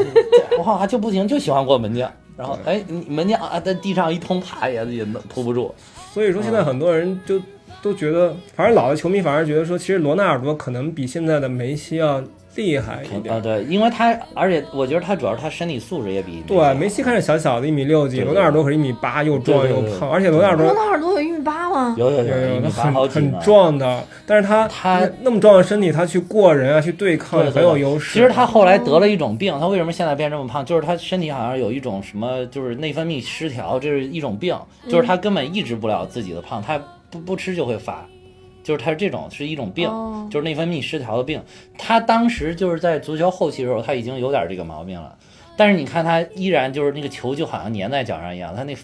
我靠，就不行，就喜欢过门将。然
嗯
后哎，你门将啊，在地上一通爬也也能扑不住。
所以说现在很多人就都觉得，反正老的球迷反而觉得说，其实罗纳尔多可能比现在的梅西要厉害一
啊，
点。
对，因为他，而且我觉得他主要是他身体素质也比
对，梅西看着小小的，一米六几，
对对
罗纳尔多可是一米八，又壮
对
又
对对
胖，而且罗纳尔
罗
多
纳尔多有一米八吗？
有有
有有
有，
他
你爬好
很
几呢
很。壮的，但是他
他
那那么壮的身体，他去过人啊，去对抗
对对
很有优势。
其实他后来得了一种病，他为什么现在变这么胖？就是他身体好像有一种什么，就是内分泌失调，这是一种病，就是
嗯
他根本抑制不了自己的胖，他不不吃就会发，就是他是这种是一种病，
哦
就是内分泌失调的病。他当时就是在足球后期的时候，他已经有点这个毛病了，但是你看他依然就是那个球就好像粘在脚上一样，他那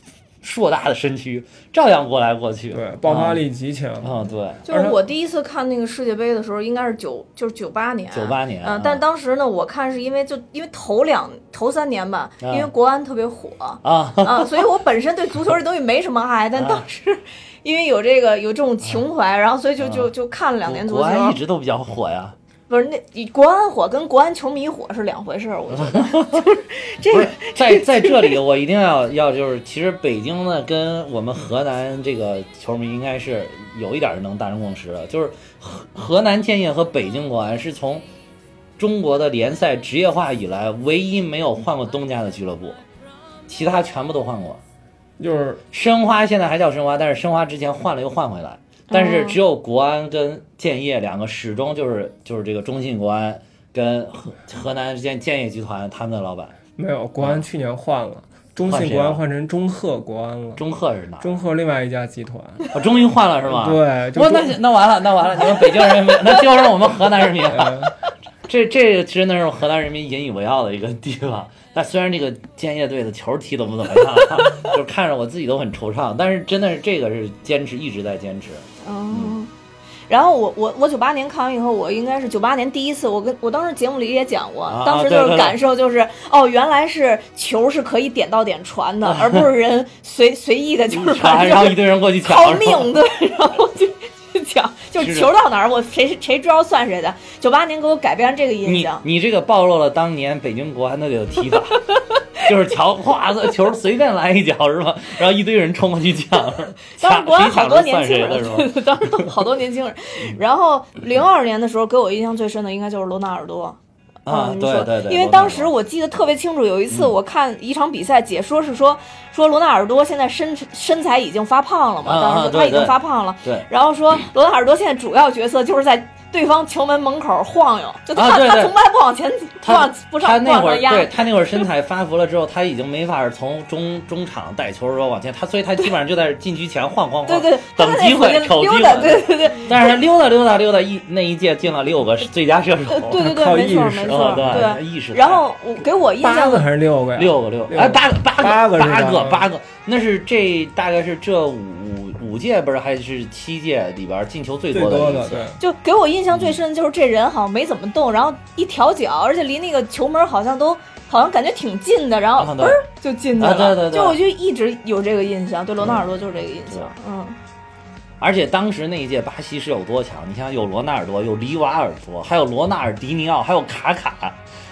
硕大的身躯，照样过来过去。
对，爆发力极强。
啊，对，
就是我第一次看那个世界杯的时候，应该是九，就是九八年，
98年
嗯
嗯，
但当时呢，我看是因为就因为头两头三年吧，
嗯
因为国安特别火
啊
啊，所以我本身对足球这东西没什么爱，
嗯
但当时因为有这个有这种情怀，然后所以就就就看了两年足
嗯国安一
球。
直都比较火呀。
不是那国安火跟国安球迷火是两回事儿，我觉得就是这
不
个
是在在这里，我一定要要就是，其实北京呢跟我们河南这个球迷应该是有一点儿能达成共识的，就是河河南建业和北京国安是从中国的联赛职业化以来唯一没有换过东家的俱乐部，其他全部都换过。
就是
申花现在还叫申花，但是申花之前换了又换回来，但
哦
是只有国安跟建业两个始终就是就是这个中信国安跟河河南建建业集团他们的老板
没有国安去年换了，中
啊换
信
谁啊
国安
了
换成中赫国安了，
中赫是哪儿？
中赫另外一家集团。
我终于换了是吗？
对，就
我
中
啊那那完了，那完了，你们北京人民，那就是我们河南人民，
呃
这这真的是河南人民引以为傲的一个地方。那虽然这个建业队的球踢得不怎么样啊， 就是看着我自己都很惆怅，但是真的是这个是坚持，一直在 坚持。
嗯，然后我我我九八年看完以后，我应该是九八年第一次，我跟我当时节目里也讲过，
啊
当时
对
就是
对
感受就是哦，原来是球是可以点到点传 的，而不是人随随意的就是
啊，
反
然后
正
一堆人过去抢，
靠
是吧
命，对， 然后就。就讲就是
是
球到哪儿，我谁是谁知道算谁的。九八年给我改变了这个印
你
象，
你这个暴露了当年北京国安队的踢法， 就是乔哗，球随便来一脚是吧？然后一堆人冲过去抢，
当时
抢
国安
谁
好
抢
多
着
年
算
轻
谁
人 嗯
的是嗯吧？，
当时都好多年轻 人。然后零二年的时候，给我印象最深的应该就是罗纳尔多。
啊，
嗯，你说
对对对，
因为
我
当
懂
时
了
我记得特别清楚，有一
嗯
次我看一场比赛，解说是说说罗纳尔多现在身身材已经发胖了嘛，
啊啊
当时
对
他已经
对
发胖了，
对。
然后说罗纳尔多现在主要角色就是在对方球门门口晃悠，就他
啊对
他
对
从来不往前不
他
往不
他
上不
那
往
会儿
上压，
对他那会儿身材发福了之后，他已经没法从中中场带球的时候往前，他所以他基本上就在禁区前晃晃晃，
对对，他
等
在
机
那
会
回
瞅机
溜
会
达，对对对
但是他溜达溜达溜达一那一届进了六个最佳射手，
对对对，
靠
没
意
错
识
没
哦
错，
对
对。
意识太。
然后我给我印
八
象
个还是六个呀？
六个六
六
哎八个八
八
个
个
八
是
个
吧嗯
八个，那是这大概是这五五届不是还是七届里边进球最
最
多
多
的一
的，
次
对。
就给我印象最深的就是这人好像没怎么动，然后一调脚，而且离那个球门好像都好像感觉挺近的，然后
啊
嘣
对
儿、就进去了。
啊对对对
就我就一直有这个印象，对罗纳尔多就是这个印象
对。
嗯，
而且当时那一届巴西是有多强？你像有罗纳尔多，有里瓦尔多，还有罗纳尔迪尼奥，还有卡卡，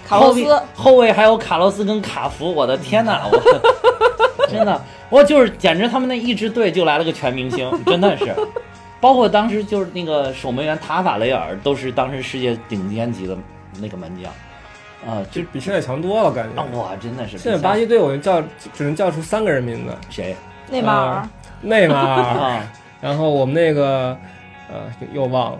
卡洛斯
后卫后卫还有卡洛斯跟卡福，我的天哪！我 真的，我就是简直他们那一支队就来了个全明星，真的是。包括当时就是那个守门员塔法雷尔，都是当时世界顶尖级的那个门将，啊、就
就比现在强多了，感觉
啊，。我真的是
现在巴西队我就叫只能叫出三个人 名字：
谁
内马
嗯
尔、
内马尔，
啊？
然后我们那个呃又又忘了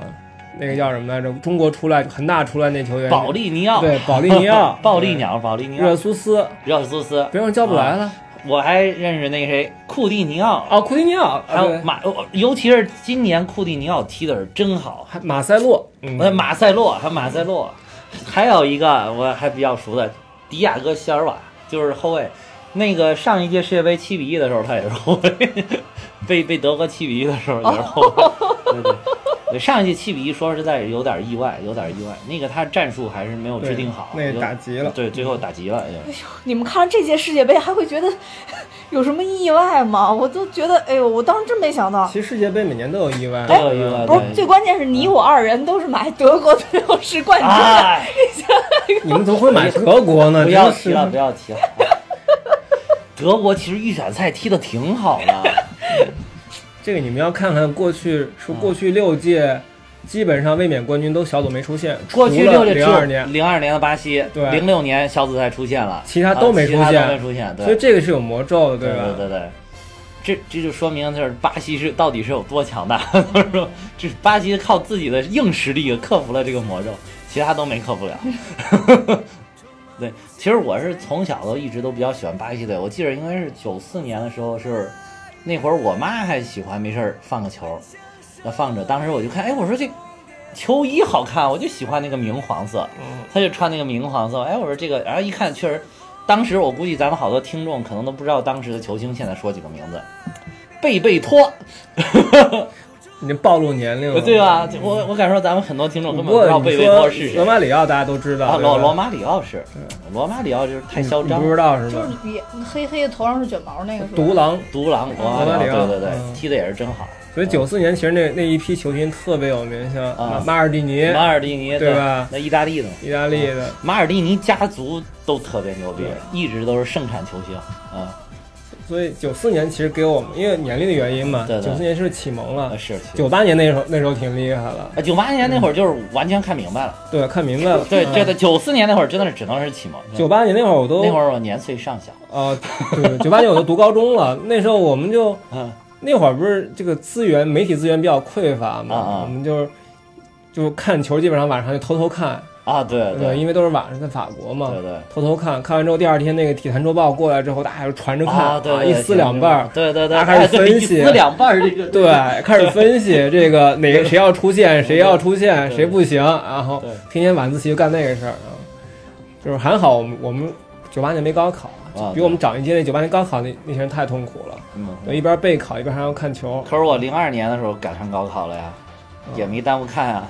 那个叫什么来着？中国出来恒大出来那球员
保利尼奥，，
对保利尼奥
暴力鸟， 保利
对，
尼
热
奥，
苏斯，
热苏斯，
别人叫不来了。
我还认识那谁库蒂尼奥，
哦，库蒂尼奥，
还
啊
有
对
马，哦尤其是今年库蒂尼奥踢的是真好，
还马塞洛，
呃，
嗯，
马塞洛，还有马塞洛，还有一个我还比较熟的迪亚哥席尔瓦，就是后卫。那个上一届世界杯七比一的时候，他也是后卫，被被德国七比一的时候也是后卫。对对对，上一届七比一，说实在有点意外，有点意外。那个他战术还是没有制定好，
对那
有
打急了
对，最后打急了。也是
你们看这届世界杯还会觉得有什么意外吗？我都觉得，哎呦，我当时真没想到。
其实世界杯每年都有意外，
都有意外
嗯
不是
对，
最关键是你我二人都是买德国最后是冠军的，
哎，
你们怎么会买德国呢？
不要
真是
提了，不要提了。 德国其实预选赛踢得挺好的，
这个你们要看看过去，
嗯
说过去六届基本上卫冕冠军都小组没出现，
过去六届只
零
有
二年，
零二年的巴西，
对
零六年小组赛出现了，
其他都没
啊
出
其他
现
都没出现，对，
所以这个是有魔咒的，
对
吧？
对对对，这这就说明就是巴西是到底是有多强大， 就是说这巴西靠自己的硬实力克服了这个魔咒，其他都没克服了。 对，其实我是从小都一直都比较喜欢巴西队，我记得应该是九四年的时候是那会儿我妈还喜欢没事儿放个球，那放着，当时我就看，哎，我说这球衣
嗯
好看，我就喜欢那个明黄色，她就穿那个明黄色，哎，我说这个，然后一看确实。当时我估计咱们好多听众可能都不知道当时的球星，现在说几个名字，贝贝托，
已经暴露年龄了，
对吧？我我敢说咱们很多听众
不
根本不
过
知道
你
贝贝
说
托是谁
罗。马里奥大家都知
啊，
道，
罗
对吧
罗马里奥是，嗯罗马里奥就是太嚣张
你不，知道是
就
吧？
是也黑黑的，头上是卷毛那个是吧？
独狼，
独狼罗马
罗马
里
里
奥，
奥
对对对，
嗯
踢的也是真好。
所以九四年其实那那一批球星特别有名，像
啊
马尔蒂尼、
马尔啊蒂尼
对吧
那意大利的嘛
意大利的，
马尔蒂尼家族都特别牛逼
对，
一直都是盛产球星啊，
所以九四年其实给我们因为年龄的原因嘛，
对对
九四年是启蒙了
呃，是
九八年那时候那时候挺厉害了，
啊，九八年那会儿就是完全看明白了，
对，看明白了，
对对对，九四年那会儿真的是只能是启蒙，
九八年那会儿我都
那会儿我年岁尚小，
啊，对，九八年我都读高中了， 那时候我们就
嗯，
那会儿不是这个资源媒体资源比较匮乏
啊啊
嘛，我们就是就看球基本上晚上就偷偷看，
啊，对
对，
对
因为都是晚上在法国嘛
对，对。
偷偷看看完之后，第二天那个《体坛周报》过来之后，大家就传着看，
啊，对，
啊
对
一撕两半儿，，
对对对，
大家开始
哎对
分析
一撕两半儿这个，
对，开始分析这个哪个谁要出现，谁要出现，
对
谁不行，然后
对
天天晚自习就干那个事儿啊，就是还好我们我们九八年没高考，就
啊
比我们长一届那九八年高考那那些人太痛苦了，
嗯，
对，一边备考一边还要看球，
可是我零二年的时候赶上高考了呀，
嗯
也没耽误看啊，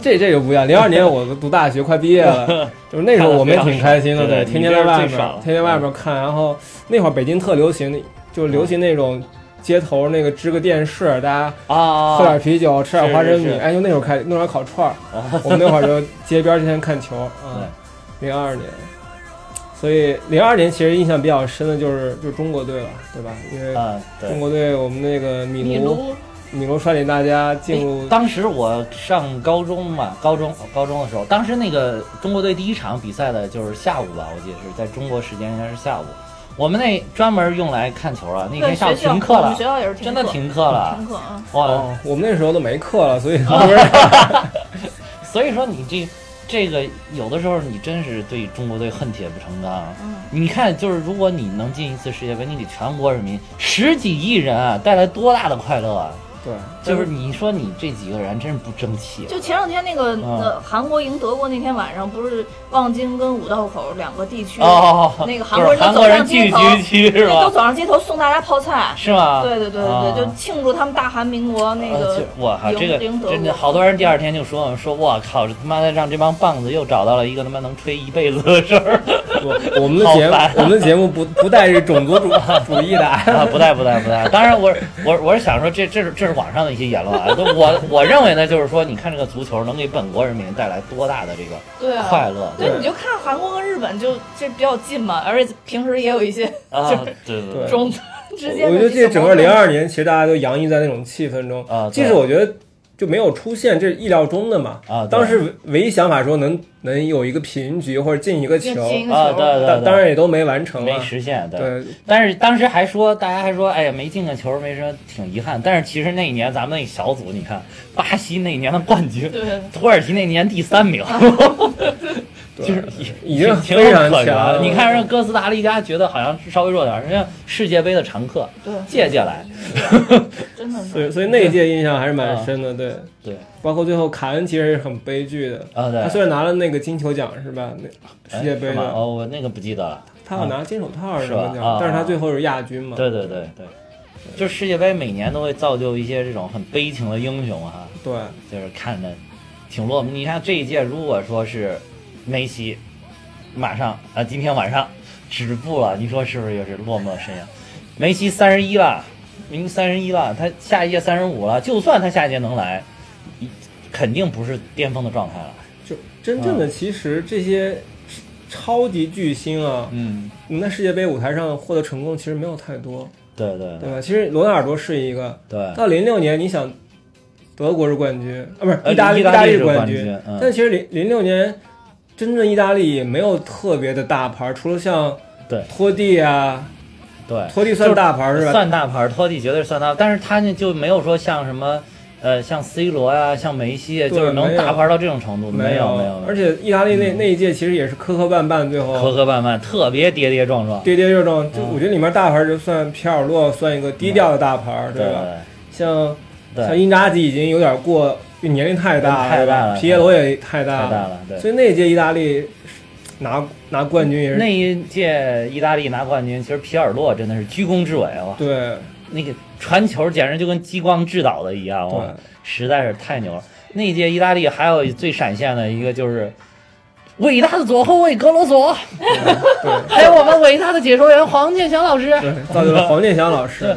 这这个不一样。零二年我读大学快毕 业了，就是那时候我们也挺开心的，
对
天天在外面
你这是最爽了，嗯
天天外面看。然后那会儿北京特流行，就流行那种街头那个支个电视，大家
啊，
喝点啤酒，吃点花生
是
米
是哦是，
哎，就那会儿开弄点烤串儿。我们那会儿就街边儿天天 看球啊。零二年，所以零二年其实印象比较深的就是就是中国队了，对吧？因为
啊，对
中。国队我们那个米
米
卢哎
卢
米卢率领大家进入
哎当时我上高中嘛，高中高中的时候，当时那个中国队第一场比赛的就是下午吧，我记得是在中国时间应该是下午。我们那专门用来看球啊，那
对
天下午
学校，
停课
我们
了
学，校也是停
真的
课
停课了
停，课啊。
哇！
哦，我们那时候都没课了，所以
啊
不是
所以说你这这个有的时候你真是对中国队恨铁不成钢啊。
嗯，
你看，就是如果你能进一次世界杯，你给全国人民十几亿人啊带来多大的快乐啊！
对，
就是你说你这几个人真是不争气啊，
就前两天那个
啊
呃韩国赢德国那天晚上，不是望京跟五道口两个地区，
哦，
那个韩
就
国
是
人
韩
都
国
走
人
上
聚
街头，
集区是
对都
吧？
走上街头送大家泡菜。
是吗？
对对对
啊
对对，就庆祝他们大韩民国那
啊
个
就我靠，
赢
这个
赢德
真的
国
好多人第二天就说说，我靠，这他妈的让这帮棒子又找到了一个他妈能吹一辈子的事儿
我我们的
好
节目
烦啊，
我们的节目不不带这种族主主义 的啊，
啊！不带不带不带。当然我，我我是想说这，这是这是网上的一些言论啊。都我我认为呢，就是说，你看这个足球能给本国人民带来多大的这个
对啊，
快乐？
对，
对
你就看韩国跟日本就这比较近嘛，而且平时也有一些
啊，对对对
对
中之间
我
的这
就记得
种
整
矛
个
盾
零二年，其实大家都洋溢在那种气氛中
啊对
即使我觉得就没有出现，这是意料中的嘛。
啊对
当时唯一想法说能能有一个平局或者进一个球，
进一个
啊，对对
但
对，
当然也都没完成
没
啊。
实现，对。
对，
但是当时还说，大家还说，哎呀，没进个球，没什么，挺遗憾。但是其实那一年咱们那小组，你看，巴西那一年的冠军，
对。
土耳其那年第三名，就是
已经
挺
非
有
常
可
强
能。
了
你看人家哥斯达黎加，觉得好像稍微弱点儿，人家世界杯的常客，
对
借借来，
真的
所
是
以所以那一届印象还是蛮深的，对。
啊对，
包括最后卡恩其实是很悲剧的，
啊对
他虽然拿了那个金球奖是吧？那
哎
世界杯
是吗
的，
哦，我那个不记得了。
他要拿金手套儿
是
什
吧
么
啊
奖，但是他最后是亚军嘛。
对对对对，就世界杯每年都会造就一些这种很悲情的英雄哈、
对
就是看着挺落寞。你看这一届，如果说是梅西，马上啊、今天晚上止步了，你说是不是又是落寞身影？梅西三十一了，明年三十一了，他下一届三十五了，就算他下一届能来，一肯定不是巅峰的状态了。
就真正的
啊
其实这些超级巨星啊，
嗯，
能在世界杯舞台上获得成功其实没有太多，
对对
对吧？其实罗纳尔多是一个，
对
到零六年你想。德国是冠军啊，不是
呃
意大利，
意
意
大利
大利
是冠
冠
军嗯
但其实零零六年，真正意大利也没有特别的大牌，除了像
对
托蒂啊，
对，
托蒂算大牌是吧？
算大牌，托蒂绝对是算大牌，但是他呢就没有说像什么。呃，像 C 罗呀、像梅西啊，
对
就是能
没有
大牌到这种程度，没
有
没有，嗯
而且意大利那、那一届其实也是磕磕绊绊，最
磕
后
磕绊绊，特别跌跌撞撞。
跌跌撞撞。就
嗯
我觉得里面大牌就算皮尔洛算一个低调的大牌，对吧？像
对
啊像因扎吉已经有点过，年龄太大
太大
对吧
了
皮耶罗也太
太
大
大了对
所以那届意大利拿拿冠军也
那
是
一届意大利拿冠军，其实皮尔洛真的是居功至伟了，
对
那个传球简直就跟激光制导的一样，哇
对，
实在是太牛了。那一届意大利还有最闪现的一个就是伟大的左后卫格罗索，
对
还有我们伟大的解说员黄健翔老师，
对，造就了黄健翔老师。对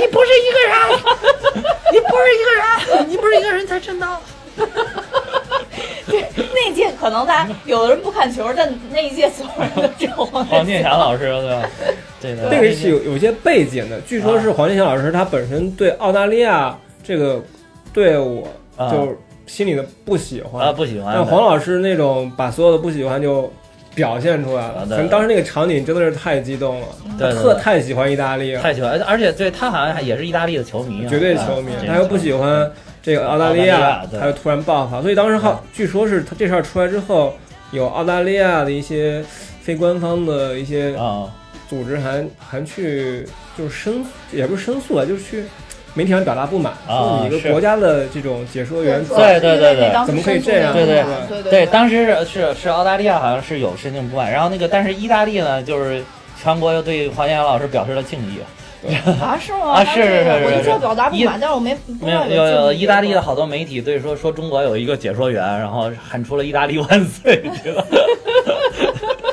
你不是一个人，你不是一个人，你不是一个人才真的。
那届可能大家有的人不看球，但那一届所有人都知道
哦
黄健
黄健哦翔老师对吧？对的，
那个是有有些背景的，据
啊
说是黄健翔老师他本身对澳大利亚这个队伍
啊
就心里的不喜
啊
欢，
不喜欢的。
但黄老师那种把所有的不喜欢就表现出来
啊
了，
对
可能当时那个场景真的是太激动了，
对
他
对
特
对
太喜欢意大利了，
太喜欢，而且对他好像还也是意大利的球迷啊，
绝对球迷
啊，
他又不喜欢这个澳大利
澳大利
亚
亚，对
他就突然爆发，所以当时
对
好，据说是他这事儿出来之后，有澳大利亚的一些非官方的一些
啊，
组织还还去就是申，也不是申诉啊，就是去媒体上表达不满，
啊
说你一
是
个国家的这种解说员
翔，
对对对对
对
怎么可以这样
对
对
对
对，当时是是是澳大利亚好像是有申请不满，然后那个但是意大利呢，就是全国又对黄健翔老师表示了敬意，
啊是吗？
啊
当
是
时
是是
我就
是
知道表达不
一
满，但是我没不知
没有
道
有
有
有
竞技
意大利
这
的
个
好多媒体对说说中国有一个解说员，然后喊出了意大利万岁，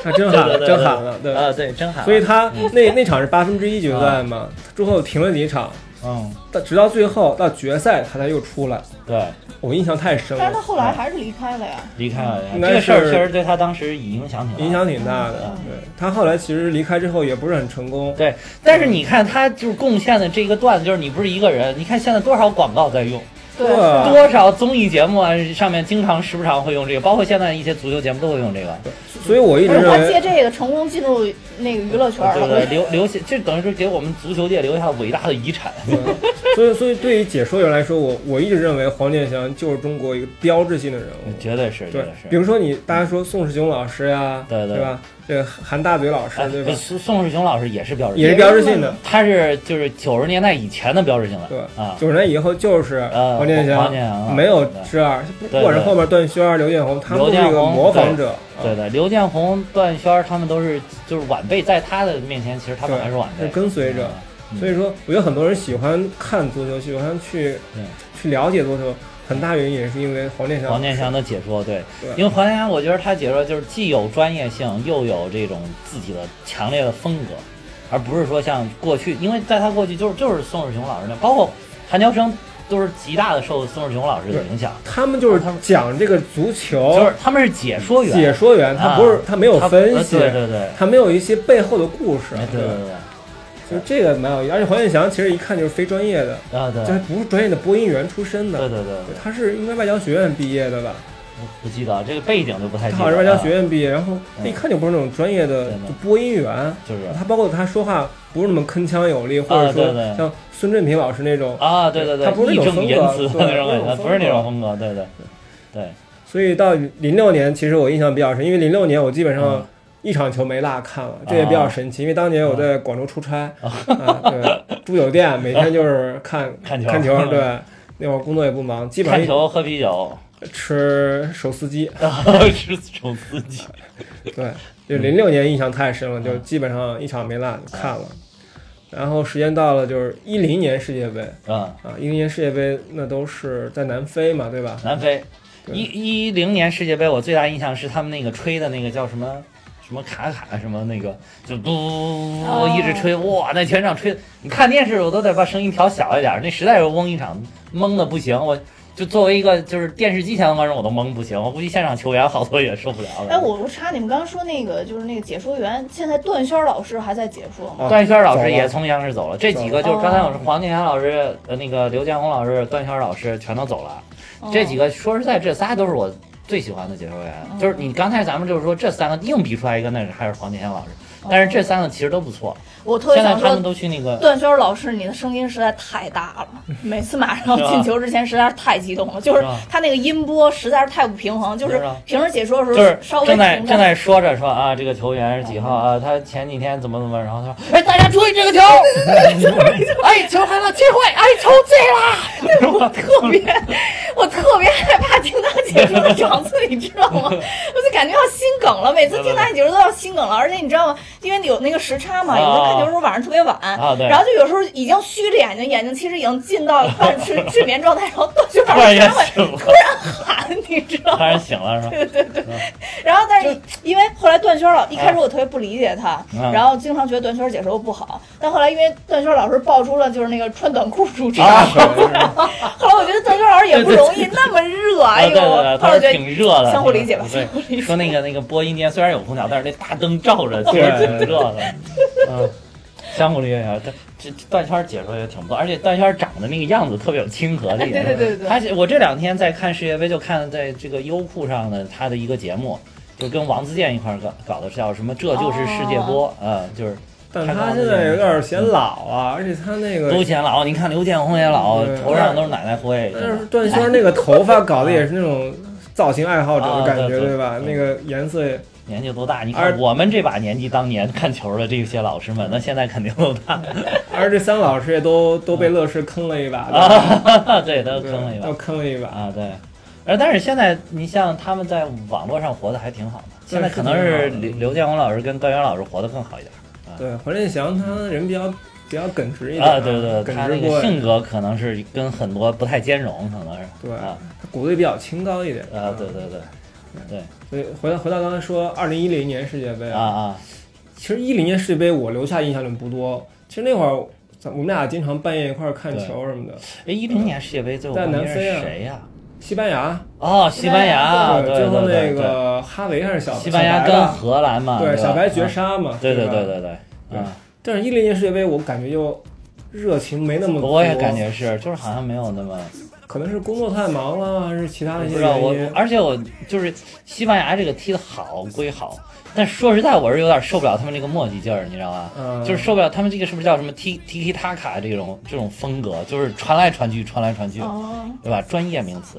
他啊真喊了，
对对对
真喊了，对。
啊嗯对，真喊了，
所以他那那场是八分之一决赛嘛，之后停了几场，
嗯
到直到最后到决赛他才又出来，
对
我印象太深
但是他
了，
后来还是离开了呀。
离开了
应
这
该
个事儿，
是
确实对他当时影响挺大
影响挺大的。
嗯
对他后来其实离开之后也不是很成功，
对，但是你看他就是贡献的这个段子，就是你不是一个人，你看现在多少广告在用，
对
啊
多少综艺节目啊上面经常时不常会用这个，包括现在一些足球节目都会用这个，
所以我一直
而且
认
他哎借
为，
这个成功进入那个娱乐圈
对
了，
不对？留留下，这等于是给我们足球界留下伟大的遗产。
对嗯所以所以对于解说员来说，我我一直认为黄健翔就是中国一个标志性的人物，
绝对是，绝
对
对，
比
嗯是。
如说你大家说宋世雄老师呀，
对对
对吧？这个韩大嘴老师
哎
对吧？
宋宋世雄老师也是标志性
也是标志性的，
他是就是九十年代以前的标志性的，
对
啊，
九十年以后就是
呃
黄健
黄
翔
健翔啊，
没有
对
之二，不
对
不管是后面段暄儿、刘建宏，他们
刘
都是
建
一个
宏
模仿者，
对
啊
的，刘建宏、段暄他们都是就是晚辈，在他的面前，其实他们
对
还是晚辈
是，跟随者。
嗯
所以说，我觉得很多人喜欢看足球，喜欢去
对
去了解足球，很大原因也是因为黄健翔。
嗯黄健翔的解说，对，
对
因为黄健翔，我觉得他解说就是既有专业性，又有这种自己的强烈的风格，而不是说像过去，因为在他过去就是就是宋世雄老师那，包括韩乔生都是极大的受宋世雄老师的影响，
他们
哦
就是讲这个足
就
球，
是他们是解说员，
哦解说员，他不是
啊
他没有
他
分析
呃，对对对，
他没有一些背后的故事
哎，对
吧
对对，
就这个蛮有意思，而且黄健翔其实一看就是非专业的，
对啊对
就，他不是专业的播音员出身的，
对对对对，
他是应该外交学院毕业的吧？
我不记得这个背景就不太
他
记
好
得了，
像是外交学院毕业，然后
嗯
一看就不是那种专业的
对的
就播音员，
就是
他包括他说话不是那么铿锵有力，或者
啊对对
说像孙振平老师那种，
啊，对对对，
他不是
义
那种
正
风
言
格
辞的
对
那种
那
感觉，
种风
不是那
格
种风格，对对对，
所以到零六年其实我印象比较深，因为零六年我基本
嗯啊嗯
上。一场球没落看了，这也比较神奇，因为当年我在广州出差，啊，对，住酒店，每天就是看
看球嗯
看球，对，那会儿工作也不忙，基本上
看
一
球喝啤酒，
吃手撕鸡，
是手撕鸡。
对，就
嗯
零六年印象太深了，就基本上一场没落就看了。然后时间到了，就是一零年世界杯
啊，
啊，一零年世界杯那都是在南非嘛，对吧？
南非
对
一一零年世界杯，我最大印象是他们那个吹的那个叫什么什么卡卡什么那个，就嘟
哦
一直吹，哇，那全场吹的，你看电视我都得把声音调小一点，那实在是嗡一场，懵的不行。我就作为一个就是电视机前的观众，我都懵不行，我估计现场球员好多也受不了了。
哎，我我插你们刚刚说那个，就是那个解说员，现在段暄老师还在解说吗？
啊
段暄老
走
师
了
也从央视走了，这几个
哦
就是刚才我说黄健翔老师、呃那个刘建宏老师、段暄老师全都走了。哦这几
个
个说实在，这仨都是我最喜欢的解说员。
哦
就是你刚才咱们就是说这三个硬比出来一个，那还是黄健翔老师。但是这三个其实都不错，
嗯我特别
现在
哦想
他们
说，
都去那个
段暄老师，你的声音实在太大了，每次马上
是吧
进球之前实在是太激动了，就是
是吧
他那个音波实在是太不平衡，就是
是吧
平时解说的时
就
候
是
稍微
正在
平
正
淡。
在说着说啊，这个球员是几号啊？他前几天怎么怎么，然后他说，哎，大家注意这个 球，哎，球来了，机会，哎，球 进了，我特
特别，我特别害怕听他解说的场次，你知道吗？我就感觉要心梗了，每次听打九十都要心梗了。而且你知道吗？因为有那个时差嘛，有的看球时候晚上特别晚，
啊对
然后就有时候已经虚着眼睛，眼睛其实已经进到半睡睡眠状态，然后 到去晚
突然
上
间
才会
醒了，
喊，你知道吗？
突然醒了是吧？
然后但是你因为后来段轩老，一开始我特别不理解他，
啊
然后经常觉得段轩解说不好，但后来因为段轩老师爆出了就是那个穿短裤主持，
啊，
后来我觉得段轩老师也不容易，那么热，哎
啊对
呦，
对对，
我后
他
来
是
觉得
挺热的，
相互理解吧
对
相互理解
说那个那个播音间虽然有空调，但是那大灯照着，其实挺热的。嗯，相互理解啊，这这这段圈儿解说也挺不错，而且段圈儿长得那个样子特别有亲和力。啊
对对对对
他我这两天在看世界杯，就看在这个优酷上的他的一个节目，就跟王自健一块儿搞搞的，叫什么“这就是世界波”啊，就是
但他现在有点显老啊，而且他那
嗯都
个，
显老。您看刘建宏也老，
对
头上都是奶奶灰。
但是段轩那个头发搞得也是那种造型爱好者的感
啊对
觉，
对
对吧？
嗯
那个颜色也
年纪多大？你
而
看我们这把年纪，当年看球的这些老师们，那现在肯定都大
而这三老师也都都被乐视坑了一把，
嗯啊， 对，都
对吧
坑了一
都
把
坑了一把。
啊，对。而但是现在，你像他们在网络上活得还挺好的，现在可能是
是挺好的
刘刘建宏老师跟高原老师活得更好一点
对，黄振祥他人比较比较耿直一点
啊，对对，对
耿
他
直
那个
过来
性格可能是跟很多不太兼容，可能是
对
啊
他骨子里比较清高一点
啊，对。对对
所以回到回到刚才说二零一零年世界杯
啊，啊
其实一零年世界杯我留下印象就不多，其实那会儿。咱我们俩经常半夜一块儿看
对
球什么的，
哎，一零年世界杯最后
在
冠军
南
是
非啊
谁呀？
西班牙，
哦，西班牙，对
最后
对对
那
对，
个哈维还是小
西班
小
牙
白
跟
吧
荷兰嘛，
对
吧
小白绝
啊
杀嘛，
对对
吧
对对对，
对
啊，
但是一零年世界杯我感觉就热情没那么多，
我也感觉是，就是好像没有那么，
可能是工作太忙了，还是其他
不
的一些
知道
原
我
因，。
而且我就是西班牙这个踢的好归好，但说实在我是有点受不了他们这个磨叽劲儿，你知道吧？
嗯
就是受不了他们这个是不是叫什么踢踢踢塔卡这种这种风格，就是传来传去，传来传去，
哦，
对吧？专业名词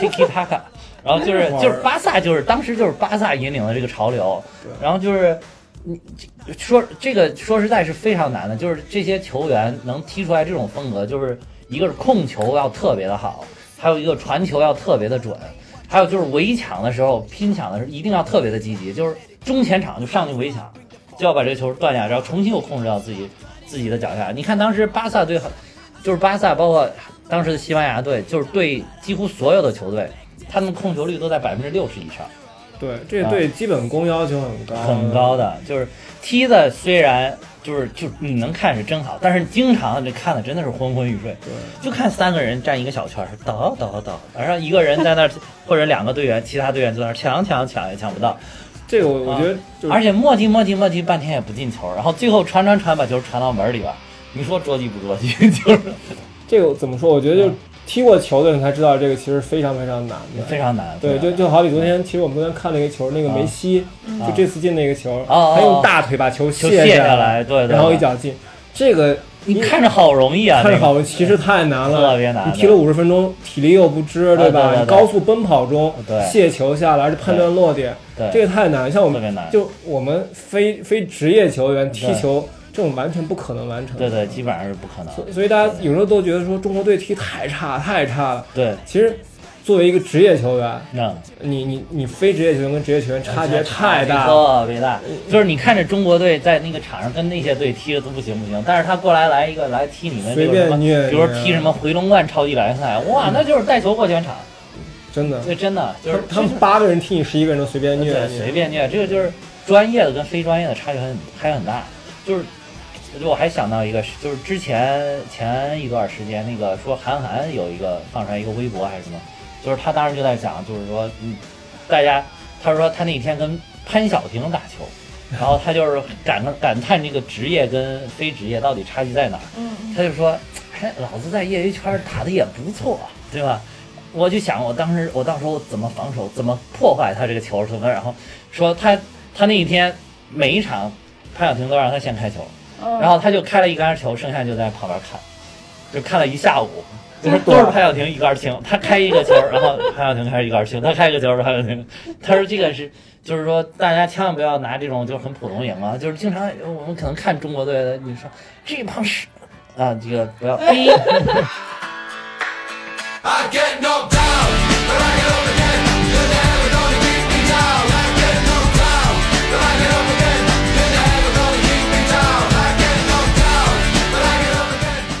，tiki taka。然后就是
玩儿
就是巴萨，就是当时就是巴萨引领了这个潮流
对，
然后就是你这说这个说实在是非常难的，就是这些球员能踢出来这种风格，就是一个是控球要特别的好，还有一个传球要特别的准，还有就是围抢的时候拼抢的时候一定要特别的积极，就是中前场就上去围抢，就要把这个球断下，然后重新又控制到自己自己的脚下。你看当时巴萨队很，就是巴萨包括当时的西班牙队，就是对几乎所有的球队，他们控球率都在百分之六十以上，
对，这对基本功要求很高，
啊很高。的。就是嗯踢的虽然就是就你能看是真好，但是经常这看的真的是昏昏欲睡。
对，
就看三个人站一个小圈儿，倒倒倒，然后一个人在那儿，或者两个队员，其他队员在那儿抢抢抢也抢不到，
这个我我觉得就是，
啊而且磨叽磨叽磨叽半天也不进球，然后最后传传传把球传到门里边，你说捉急不捉急？ 就是
这个怎么说？我觉得就踢过球的人才知道，这个其实非常非常难
啊非
的。
常啊难。非
对，就
常
就好比昨天，其实我们昨天看了一个球，那个梅西
啊
就这次进那个球，
哦
他用大腿把球
就卸
下
下，来，对对对，
然后一脚进。这个
你看着好容易啊，
看着
那个
好，其实太难了，
特别难
你踢了五十分钟，体力又不支，对
啊
吧？
对对对
你高速奔跑中
对
卸球下来，而且判断落点，
对
这个太难。像我
特别
们
难
就我们非非职业球员踢
对
球，这种完全不可能完成。
对对，基本上是不可能。
所以大家有时候都觉得说中国队踢太差太差了。
对，
其实作为一个职业球员，
那
你你你非职业球员跟职业球员
哎
差别太大嗯了。
特别大。就是你看着中国队在那个场上跟那些队踢的都不行不行，但是他过来来一个来踢你们，
随便
就是什么
虐嗯
比如说踢什么回龙观超级联赛，哇，那就是带球过全场，
真的，
这真的就是
他们八个人踢你十一个人都随便虐
对，
你，
随便虐，这个就是专业的跟非专业的差距很还很大。就是我还想到一个，就是之前前一段时间那个说韩寒有一个放出来一个微博还是什么，就是他当时就在讲，就是说嗯，大家他说他那天跟潘晓婷打球。然后他就是感感叹这个职业跟非职业到底差距在哪儿，
嗯
他就说，哎，老子在业余圈打的也不错，对吧？我就想，我当时我到时候怎么防守，怎么破坏他这个球什么，然后说他他那一天每一场潘晓婷都让他先开球，
哦
然后他就开了一杆球，剩下就在旁边看，就看了一下午，就是都是潘晓婷一杆清，他开一个球，然后潘晓婷开一杆清，他开一个球，潘晓婷，他说这个是。就是说，大家千万不要拿这种就是很普通赢啊，就是经常我们可能看中国队的，你说这帮屎啊，这个不要
哎
逼。
I get knocked down, but I get up again, 'cause they're never gonna keep me down.
觉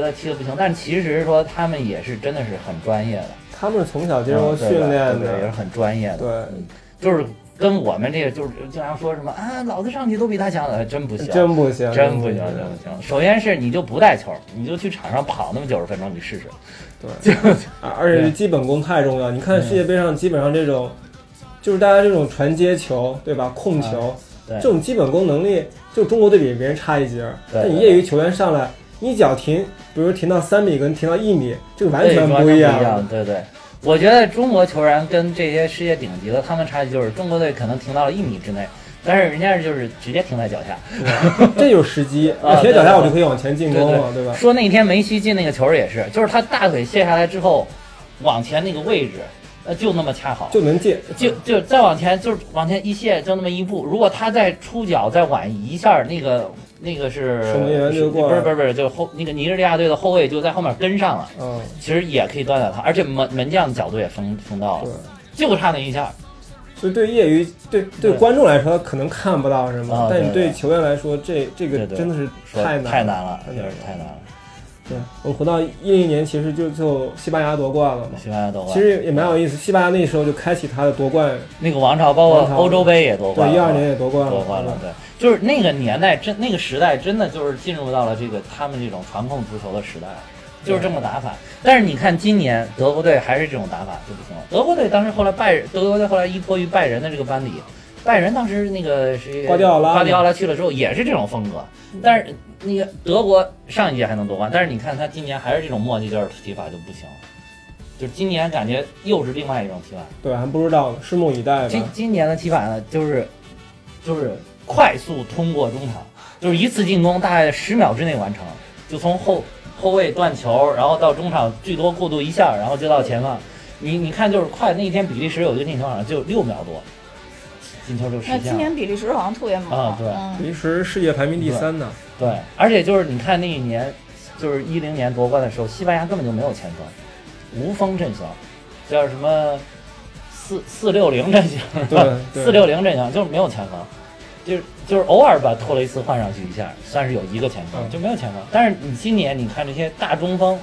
得踢的不行，但其实说他们也是真的是很专业的，
他们是从小接受
嗯对
训
的
练
对也是
的，
很专业的，
对，
就是跟我们这个就是经常说什么啊，老子上去都比他强，呃真不行，
真不行，
真不行，真不行。首先是你就不带球，你就去场上跑那么九十分钟，你试试。
啊而且
对嗯
基本功太重要。你看世界杯上，基本上这种，就是大家这种传接球，对吧？控球，
对
这种基本功能力，就中国队比别人差一截儿。
对
但你
对
业余球员上来，你脚停，比如停到三米跟停到一米，这个完全
对完全
一
一
样。。
对对，我觉得中国球员跟这些世界顶级的他们差距就是，中国队可能停到了一米之内，但是人家就是直接停在脚下。
这就是时机。
啊
那停
对
到脚下，
对
我就可以往前进攻了，对吧？
说那天梅西进那个球也是，就是他大腿卸下来之后，往前那个位置，呃，就那么恰好。
就能进，
就就再往前，就是往前一卸，就那么一步。如果他再出脚再晚一下，那个那个是
守门员就过
不
来
是不是不是，就后那个尼日利亚队的后卫就在后面跟上了，
嗯，
其实也可以断掉他，而且门门将的角度也封封到
对
了，。就差那一下。
所以对业余对对
对
观众来说，可能看不到什么
啊，
但你
对
对
对
球员来说，这这个
对对
真的是
说
太
太
难
难了，
太
就
难
是
了
太难了。
对，我回到一零年，其实就就西班牙夺冠了嘛，
西班牙夺冠，
其实也蛮有意思。西班牙那时候就开启他的夺冠，
那个王朝，包括
王朝
欧洲杯也夺冠
对，
了，
一二年也夺冠了，
夺冠了，
对吧
对，就是那个年代，真那个时代，真的就是进入到了这个他们这种传控足球的时代，就是这么打法。但是你看今年德国队还是这种打法就不行了。德国队当时后来拜仁，德国队后来依托于拜仁的这个班底，拜仁当时那个谁
瓜迪奥拉嗯
瓜迪奥拉去了之后也是这种风格，但是那个德国上一届还能夺冠，但是你看他今年还是这种磨叽劲儿踢法就不行了。就是今年感觉又是另外一种踢法，
对，还不知道呢，拭目以待
今
吧。
今年的踢法呢，就是就是快速通过中场，就是一次进攻大概十秒之内完成，就从后后卫断球，然后到中场最多过渡一下，然后就到前方。你你看就是快，那一天比利时有一个进球好像就六秒多，进球就实
那
现
今
了。
年比利时好像特别猛
啊对
嗯，
平时世界排名第三呢，
对，而且就是你看那一年，就是一零年夺冠的时候，西班牙根本就没有前锋，无锋阵型，叫什么四四六零阵型，
对对
四六零阵型就是没有前锋，就是就是偶尔把托雷斯换上去一下，算是有一个前锋，
嗯
就没有前锋。但是你今年你看这些大中锋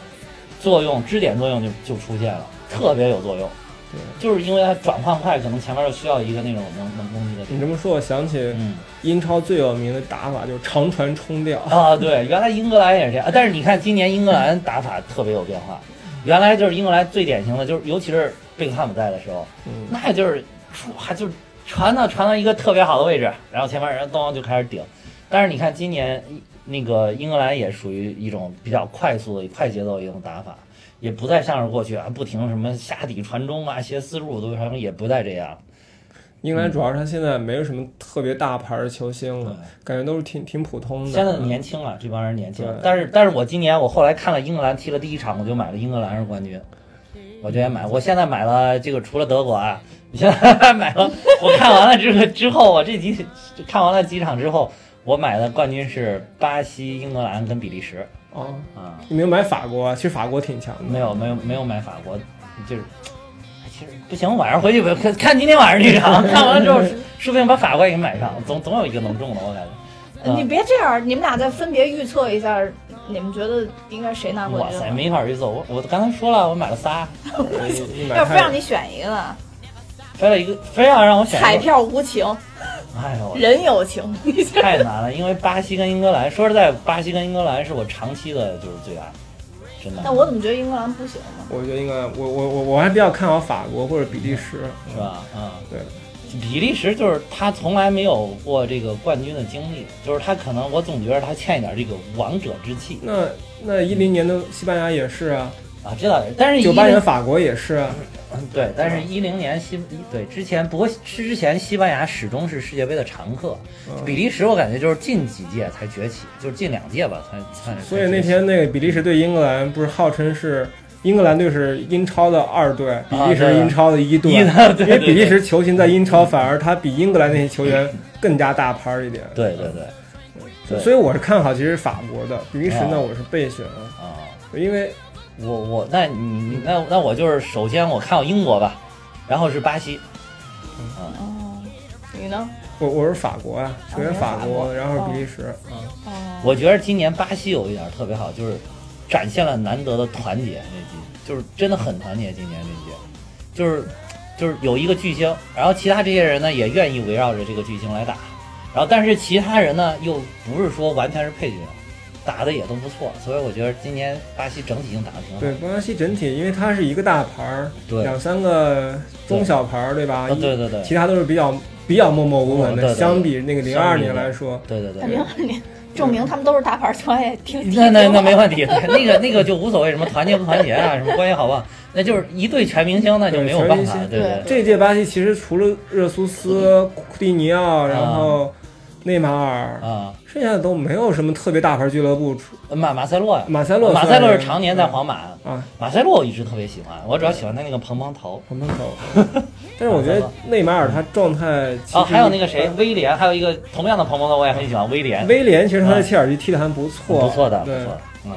作用、支点作用就就出现了，特别有作用。
对，
就是因为它转换快，可能前面就需要一个那种能能攻击的点。
你这么说，我想起
嗯
英超最有名的打法就是长传冲吊，
啊，对，原来英格兰也是这样，啊但是你看今年英格兰打法特别有变化。原来就是英格兰最典型的就是，尤其是贝克汉姆在的时候，
嗯，
那就是出还就是传到传到一个特别好的位置，然后前面人咚就开始顶。但是你看今年那个英格兰也属于一种比较快速的快节奏的一种打法，也不再像是过去啊不停什么下底传中啊、斜四入都什么也不再这样。
英格兰主要是他现在没有什么特别大牌的球星了，感觉都是挺挺普通
嗯
的。嗯
现在年轻了，这帮人年轻
对。
但是但是我今年我后来看了英格兰踢了第一场，我就买了英格兰是冠军。我就也买，我现在买了这个，除了德国啊， 你现在买了。我看完了之后之后，我这几看完了几场之后，我买的冠军是巴西、英格兰跟比利时
哦，
啊，
你没有买法国啊？其实法国挺强的，
没有没有没有买法国，就是哎其实不行，晚上回去吧，看看今天晚上这场， 看完了之后，说不定把法国也给买上，总总有一个能中的，我感觉。嗯
呃
你别这样，你们俩再分别预测一下，你们觉得应该谁拿冠
哇
军
塞，
吧？
没法预测。我我刚才说了，我买了仨，
你买
要非
太
让你选一个呢，
非了一个，非要让我选
彩
一个。
票无情，
哎呦，
人 有情。你这
太难了，因为巴西跟英格兰，说实在，巴西跟英格兰是我长期的就是最爱，真的
那我怎么觉得英格兰不行呢？
我觉得应该，我我我我还比较看好法国或者比利时，嗯
是？吧？啊、
对，
比利时就是他从来没有过这个冠军的经历，就是他可能我总觉得他欠一点这个王者之气
那那一零年的西班牙也是啊，
啊，这倒是。但是
九八
10
年法国也是啊，
嗯对，但是一零年西对之前，不过之前西班牙始终是世界杯的常客，
嗯
比利时我感觉就是近几届才崛起，就是近两届吧，才才。
所以
才崛
那
起
天那个比利时对英格兰不是号称是。英格兰队是英超的二队，比利时是
啊对
英超的一队，
一队 对
因为
对
比利时球星在英超反而他比英格兰那些球员更加大牌儿一点，嗯
对对对，对
所以我是看好其实法国的，比利时呢
啊
我是备选啊，
啊、
因为
我我那你你那那我就是首先我看好英国吧，然后是巴西，
哦，你呢？
我我是法国啊，首先
哦你是法
法国，
国
然后是比利时，啊，
哦，
我觉得今年巴西有一点特别好，就是展现了难得的团结。这季就是真的很团结，今年这届就是就是有一个巨星，然后其他这些人呢也愿意围绕着这个巨星来打，然后但是其他人呢又不是说完全是配角，打的也都不错，所以我觉得今年巴西整体性打的挺好。
对，巴西整体，因为它是一个大牌儿，
对
两三个中小牌儿，对吧？
啊对对对
其他都是比较比较默默无闻
对对
的，
对
相比那个零
相
二
比
年
的
来说，
对对对，
那零二年证明他们都是大牌球也挺
那那那没问题，那个那个就无所谓什么团结不团结啊，什么关系好不好，那就是一对全明星，那就没有办法，
对
对对
这届巴西其实除了热苏斯、库蒂尼奥，然后内马尔，
嗯啊，
剩下的都没有什么特别大牌俱乐部出。
呃马马塞洛呀，
马塞洛
哦马塞
算
洛
是
是常年在皇马，
啊，
马塞洛我一直特别喜欢，我主要喜欢他那个蓬蓬头
我们走。但是我觉得内马尔他状态其实呃
啊，还有那个谁威廉，还有一个同样的蓬蓬头我也很喜欢威廉，
威廉，其实他在切尔西踢得还不错，
不错的，不
对嗯
错的，嗯，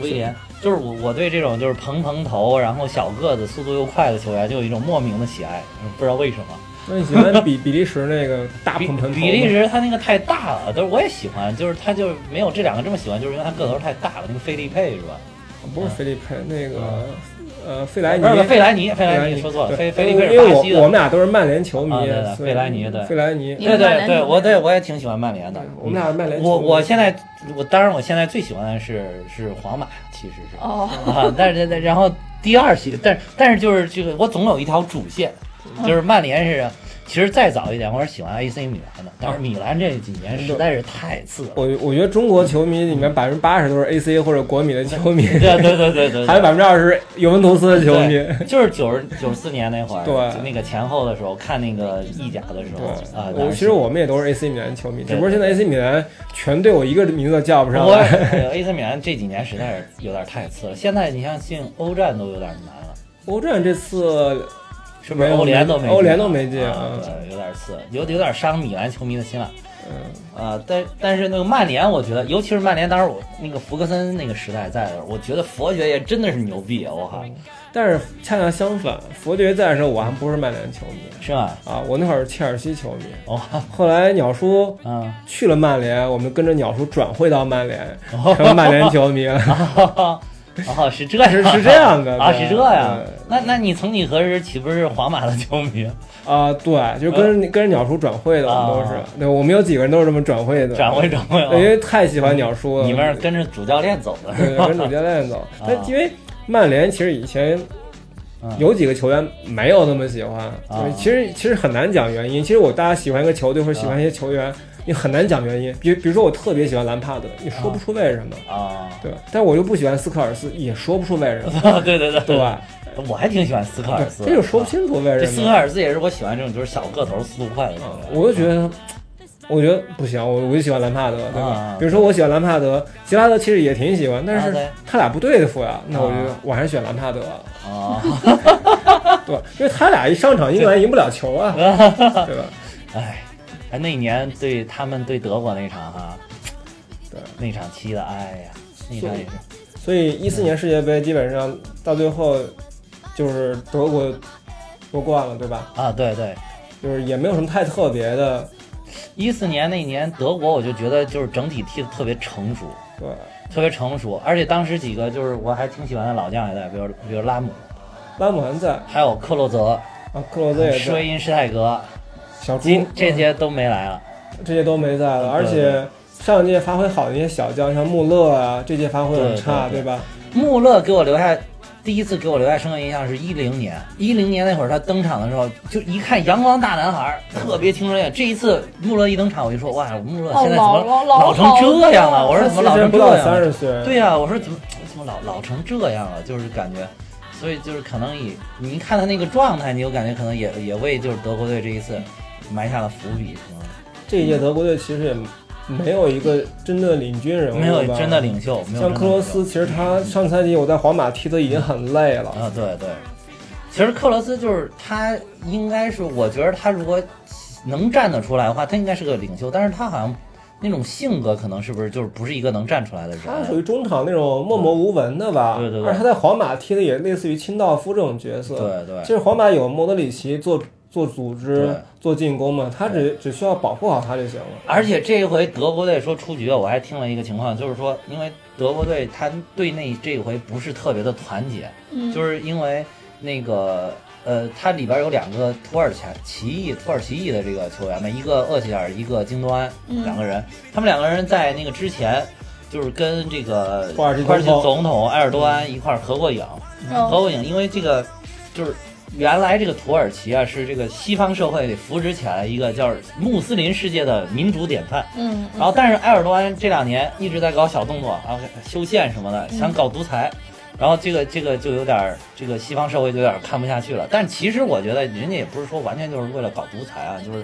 威廉就是我我对这种就是蓬蓬头，然后小个子、速度又快的球员就有一种莫名的喜爱，嗯不知道为什么。
那你喜欢比比利时那个大
比
蓬蓬头吗？
比利时他那个太大了，但是我也喜欢，就是他就是没有这两个这么喜欢，就是因为他个头太大了。那个菲利佩是吧？
不是菲利佩，那个呃费莱尼
嗯啊不。是费莱尼，费
费
莱
尼
尼说错了，
对
菲菲利佩是
因为
巴
我
西
我
的
们。俩都是曼联球迷
啊对对，
所以
费莱尼对
费莱尼，
你
对
曼
对
联
对，
球迷
我对我也挺喜欢曼联的
对。嗯我们俩是曼联球迷。
我我现在我当然我现在最喜欢的是是皇马，其实是
哦，
啊，但是然后第二期，但但是就是这个，我总有一条主线，
嗯
就是曼联是，其实再早一点我是喜欢 AC 米兰的，但是米兰这几年实在是太次了。
我我觉得中国球迷里面百分之八十都是 AC 或者国米的球迷，
对对对对对，
还有百分之二十尤文图斯的球迷。
对，就是九十九四年那会儿，
对
就那个前后的时候看那个意甲的时候啊，
我
当时
其实我们也都是 AC 米兰球迷，
对
只不过现在 AC 米兰全队我一个名字都叫不上
我
来。
哎 AC 米兰这几年实在是有点太次了，现在你像进欧战都有点难了。
欧战这次
是不是
没有
欧联都
没
进啊
欧联都没进
啊
嗯？
对，有点次，有有点伤米兰球迷的心了。嗯啊，但但是那个曼联，我觉得，尤其是曼联，当时我那个福格森那个时代在的时候，我觉得佛爵爷真的是牛逼，啊我靠，
嗯但是恰恰相反，佛爵在的时候我还不是曼联球迷
是吗？
啊，我那会儿是切尔西球迷。
哦，
后来鸟叔
嗯，
去了曼联，我们跟着鸟叔转会到曼联，成了曼联球 迷了。
哦，是这样，
是 是这样的
啊，
对
是这样
对。
那那你曾几何时岂不是皇马的球迷？
啊，对，就是跟着跟着鸟叔转会的，我们都
嗯啊
是。对，我们有几个人都是这么转会的，
转会转会
对，因
哦，
为太喜欢鸟叔了。
你们是跟着主教练走的是
对，
吧？
跟主教练走。
啊
但因为曼联其实以前
嗯
有几个球员没有那么喜欢，
啊
对其实其实很难讲原因。其实我大家喜欢一个球队或者喜欢一些球
啊
员，你很难讲原因。比比如说我特别喜欢兰帕德，你说不出为什么，
啊，
对吧？但我又不喜欢斯科尔斯，也说不出为什么，
对 对对
对？吧？
我还挺喜欢斯科尔斯，
这就说不清楚为
这斯
什
科
么。
尔斯也是我喜欢这种就是小个头、速度快的球
啊
员。
我就觉得。我觉得不行，我我就喜欢兰帕德，对
啊
吧？比如说我喜欢兰帕德，吉拉德其实也挺喜欢，但
啊
是
对
他俩不对付呀，那我就
啊
我还是选兰帕德。
啊，
对，因为他俩一上场，英格兰赢不了 球啊，对吧？
哎，哎那一年对他们对德国那场哈，
对，
那场踢的，哎呀，那场也是，
所以一四年世界杯基本上到最后就是德国夺冠了，对吧？
啊，对对，
就是也没有什么太特别的，
一四年那一年德国，我就觉得就是整体踢的特别成熟，
对，
特别成熟，而且当时几个就是我还挺喜欢的老将也在，比如比如拉姆，
拉姆还在
还有克洛泽、
啊，克洛泽也
施
在，嗯
维因施泰格，
小猪
今嗯这些都没来了。
这些都没在了，而且上届发挥好的一些小将，像穆勒啊，这届发挥很差，
对对对
对吧？
穆勒给我留下第一次给我留下深刻印象是一零年，一零年那会儿他登场的时候，就一看阳光大男孩儿，特别青春点。这一次穆勒一登场，我就说哇，穆勒现在怎么
哦老老老
老成这样了？我说
他
怎么
其
老
实
成
不
这
到
样
三
了？
十岁，
对呀、啊我说怎么怎么老老成这样了？就是感觉，所以就是可能也你一看他那个状态，你就感觉可能也也为就是德国队这一次埋下了伏笔，可能。
这一届德国队其实也没有一个真正的领军人物吧，
没有真的领袖，没有
像
真的
克罗
领袖
斯，其实他上赛季我在皇马踢的已经很累了，
啊，对对，其实克罗斯就是他，应该是我觉得他如果能站得出来的话，他应该是个领袖，但是他好像那种性格可能是不是就是不是一个能站出来的人。
他属于中场那种默默无闻的吧。
对对对
而且他在皇马踢的也类似于清道夫这种角色。
对对
其实皇马有莫德里奇做做组织
对、
做进攻嘛，他只只需要保护好他就行了。
而且这一回德国队说出局，我还听了一个情况，就是说因为德国队他队内这回不是特别的团结，
嗯
就是因为那个呃，它里边有两个土耳其裔土耳其裔的这个球员嘛，一个厄齐尔，一个京多安，两个人，他们两个人在那个之前就是跟这个
土耳其
土耳其
总
总
统嗯
统埃尔多安一块儿合过影，
嗯
合过影，因为这个就是。原来这个土耳其啊，是这个西方社会里扶植起来一个叫穆斯林世界的民主典范。
嗯
然后，但是埃尔多安这两年一直在搞小动作，然后修宪什么
嗯
的，想搞独裁，然后这个这个就有点儿这个西方社会就有点儿看不下去了。但其实我觉得人家也不是说完全就是为了搞独裁啊，就是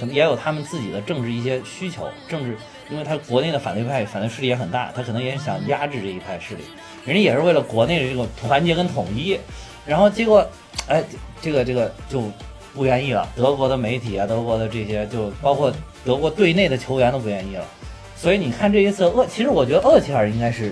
可能也有他们自己的政治一些需求，政治，因为他国内的反对派反对势力也很大，他可能也想压制这一派势力，人家也是为了国内的这个团结跟统一，然后结果，哎，这个这个就不愿意了，德国的媒体啊，德国的这些就包括德国队内的球员都不愿意了，所以你看这一次厄，其实我觉得厄齐尔应该是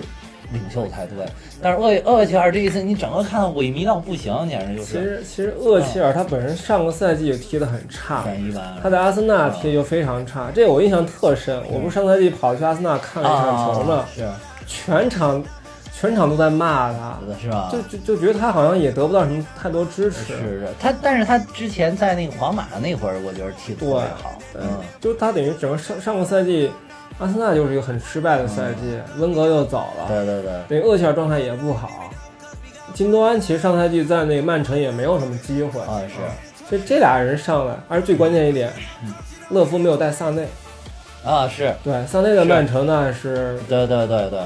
领袖才对，但是厄厄齐尔这一次你整个看到萎靡到不行，简直就
其
是
实其实厄齐尔他本身上个赛季也踢得很差，
很一般。啊
他在阿森纳踢就非常差，这我印象特深。我不是上赛季跑去阿森纳看了一场球
啊
吗？，
是
全场全场都在骂他，
是吧？
就就就觉得他好像也得不到什么太多支持。
啊
嗯
是嗯是，他但是他之前在那个皇马那会儿，我觉得踢得特别好，
对
嗯，
就他等于整个上上个赛季，阿森纳就是一个很失败的赛季，温格又走了，
嗯对对对，
等于厄齐尔状态也不好。金多安其实上赛季在那个曼城也没有什么机会
啊是嗯
所以这俩人上来，而最关键一点，勒夫没有带萨内。
啊是，
对，萨内的曼城呢是
对对对对，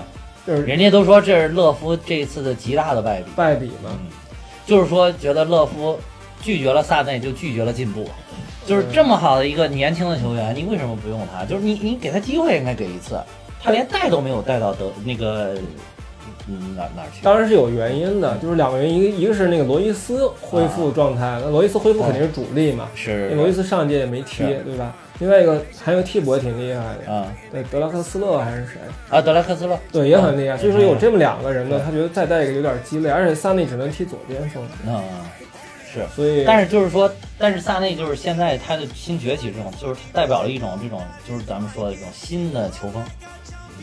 就是
人家都说这是勒夫这次的极大的败笔，
败笔嘛，
就是说觉得勒夫拒绝了萨内，就拒绝了进步。就是这么好的一个年轻的球员，你为什么不用他？就是你你给他机会应该给一次，他连带都没有带到德那个嗯哪哪儿去？
当然是有原因的，就是两个原因，一个一个是那个罗伊斯恢
啊
复状态，那罗伊斯恢复肯定是主力嘛，
是
那罗伊斯上届也没踢，
是
对吧？另外一个还有替补也挺厉害的，
啊
对，德拉克斯勒还是谁？
啊德莱克斯勒
对，也很厉害。
嗯
所以说有这么两个人呢，他觉得再带一个有点鸡肋，而且萨内只能踢左边锋，
嗯是。
所以
但是就是说，但是萨内就是现在他的新崛起这种，就是他代表了一种这种，就是咱们说的这种新的球风，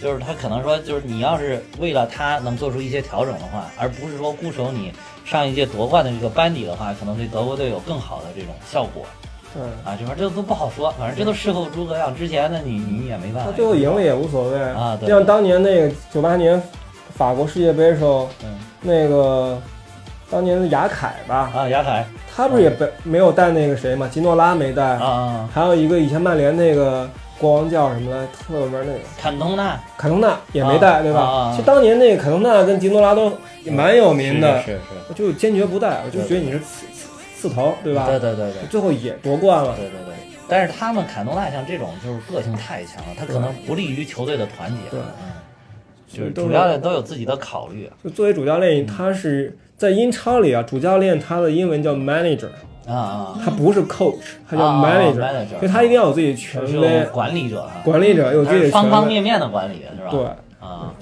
就是他可能说，就是你要是为了他能做出一些调整的话，而不是说固守你上一届夺冠的这个班底的话，可能对德国队有更好的这种效果
对，
啊。这玩意儿这都不好说，反正这都事后诸葛亮。之前的你你也没办
他
法。
最后赢了也无所谓
啊对
就像当年那个九八年法国世界杯的时候，
嗯
那个当年的雅凯吧，
啊，雅凯
他不是也被没有带那个谁嘛，吉诺拉没带，
啊啊，
还有一个以前曼联那个国王叫什么来，特有名那个
坎通纳
卡通纳也没带，对吧？
啊啊啊
其实当年那个卡通纳跟吉诺拉都也蛮有名的，
是是是，
我就坚决不带，我就觉得你是刺刺刺头，对吧？
对对对对。
最后也夺冠了，
对对对，但是他们坎多纳像这种就是个性太强了，他可能不利于球队的团结。
对
嗯，就是
都
主教练都嗯有自己的考虑
就作为主教练，他是在英超里啊，主教练他的英文叫 manager，
啊啊，
他不是 coach，他叫
啊啊
manager，、
manager
所以他一定要有自己的权
他是
威
有，管理者啊，
管理者有
他
自己
是
的
方方
权威，
面面的管理是吧？
对，
嗯
啊，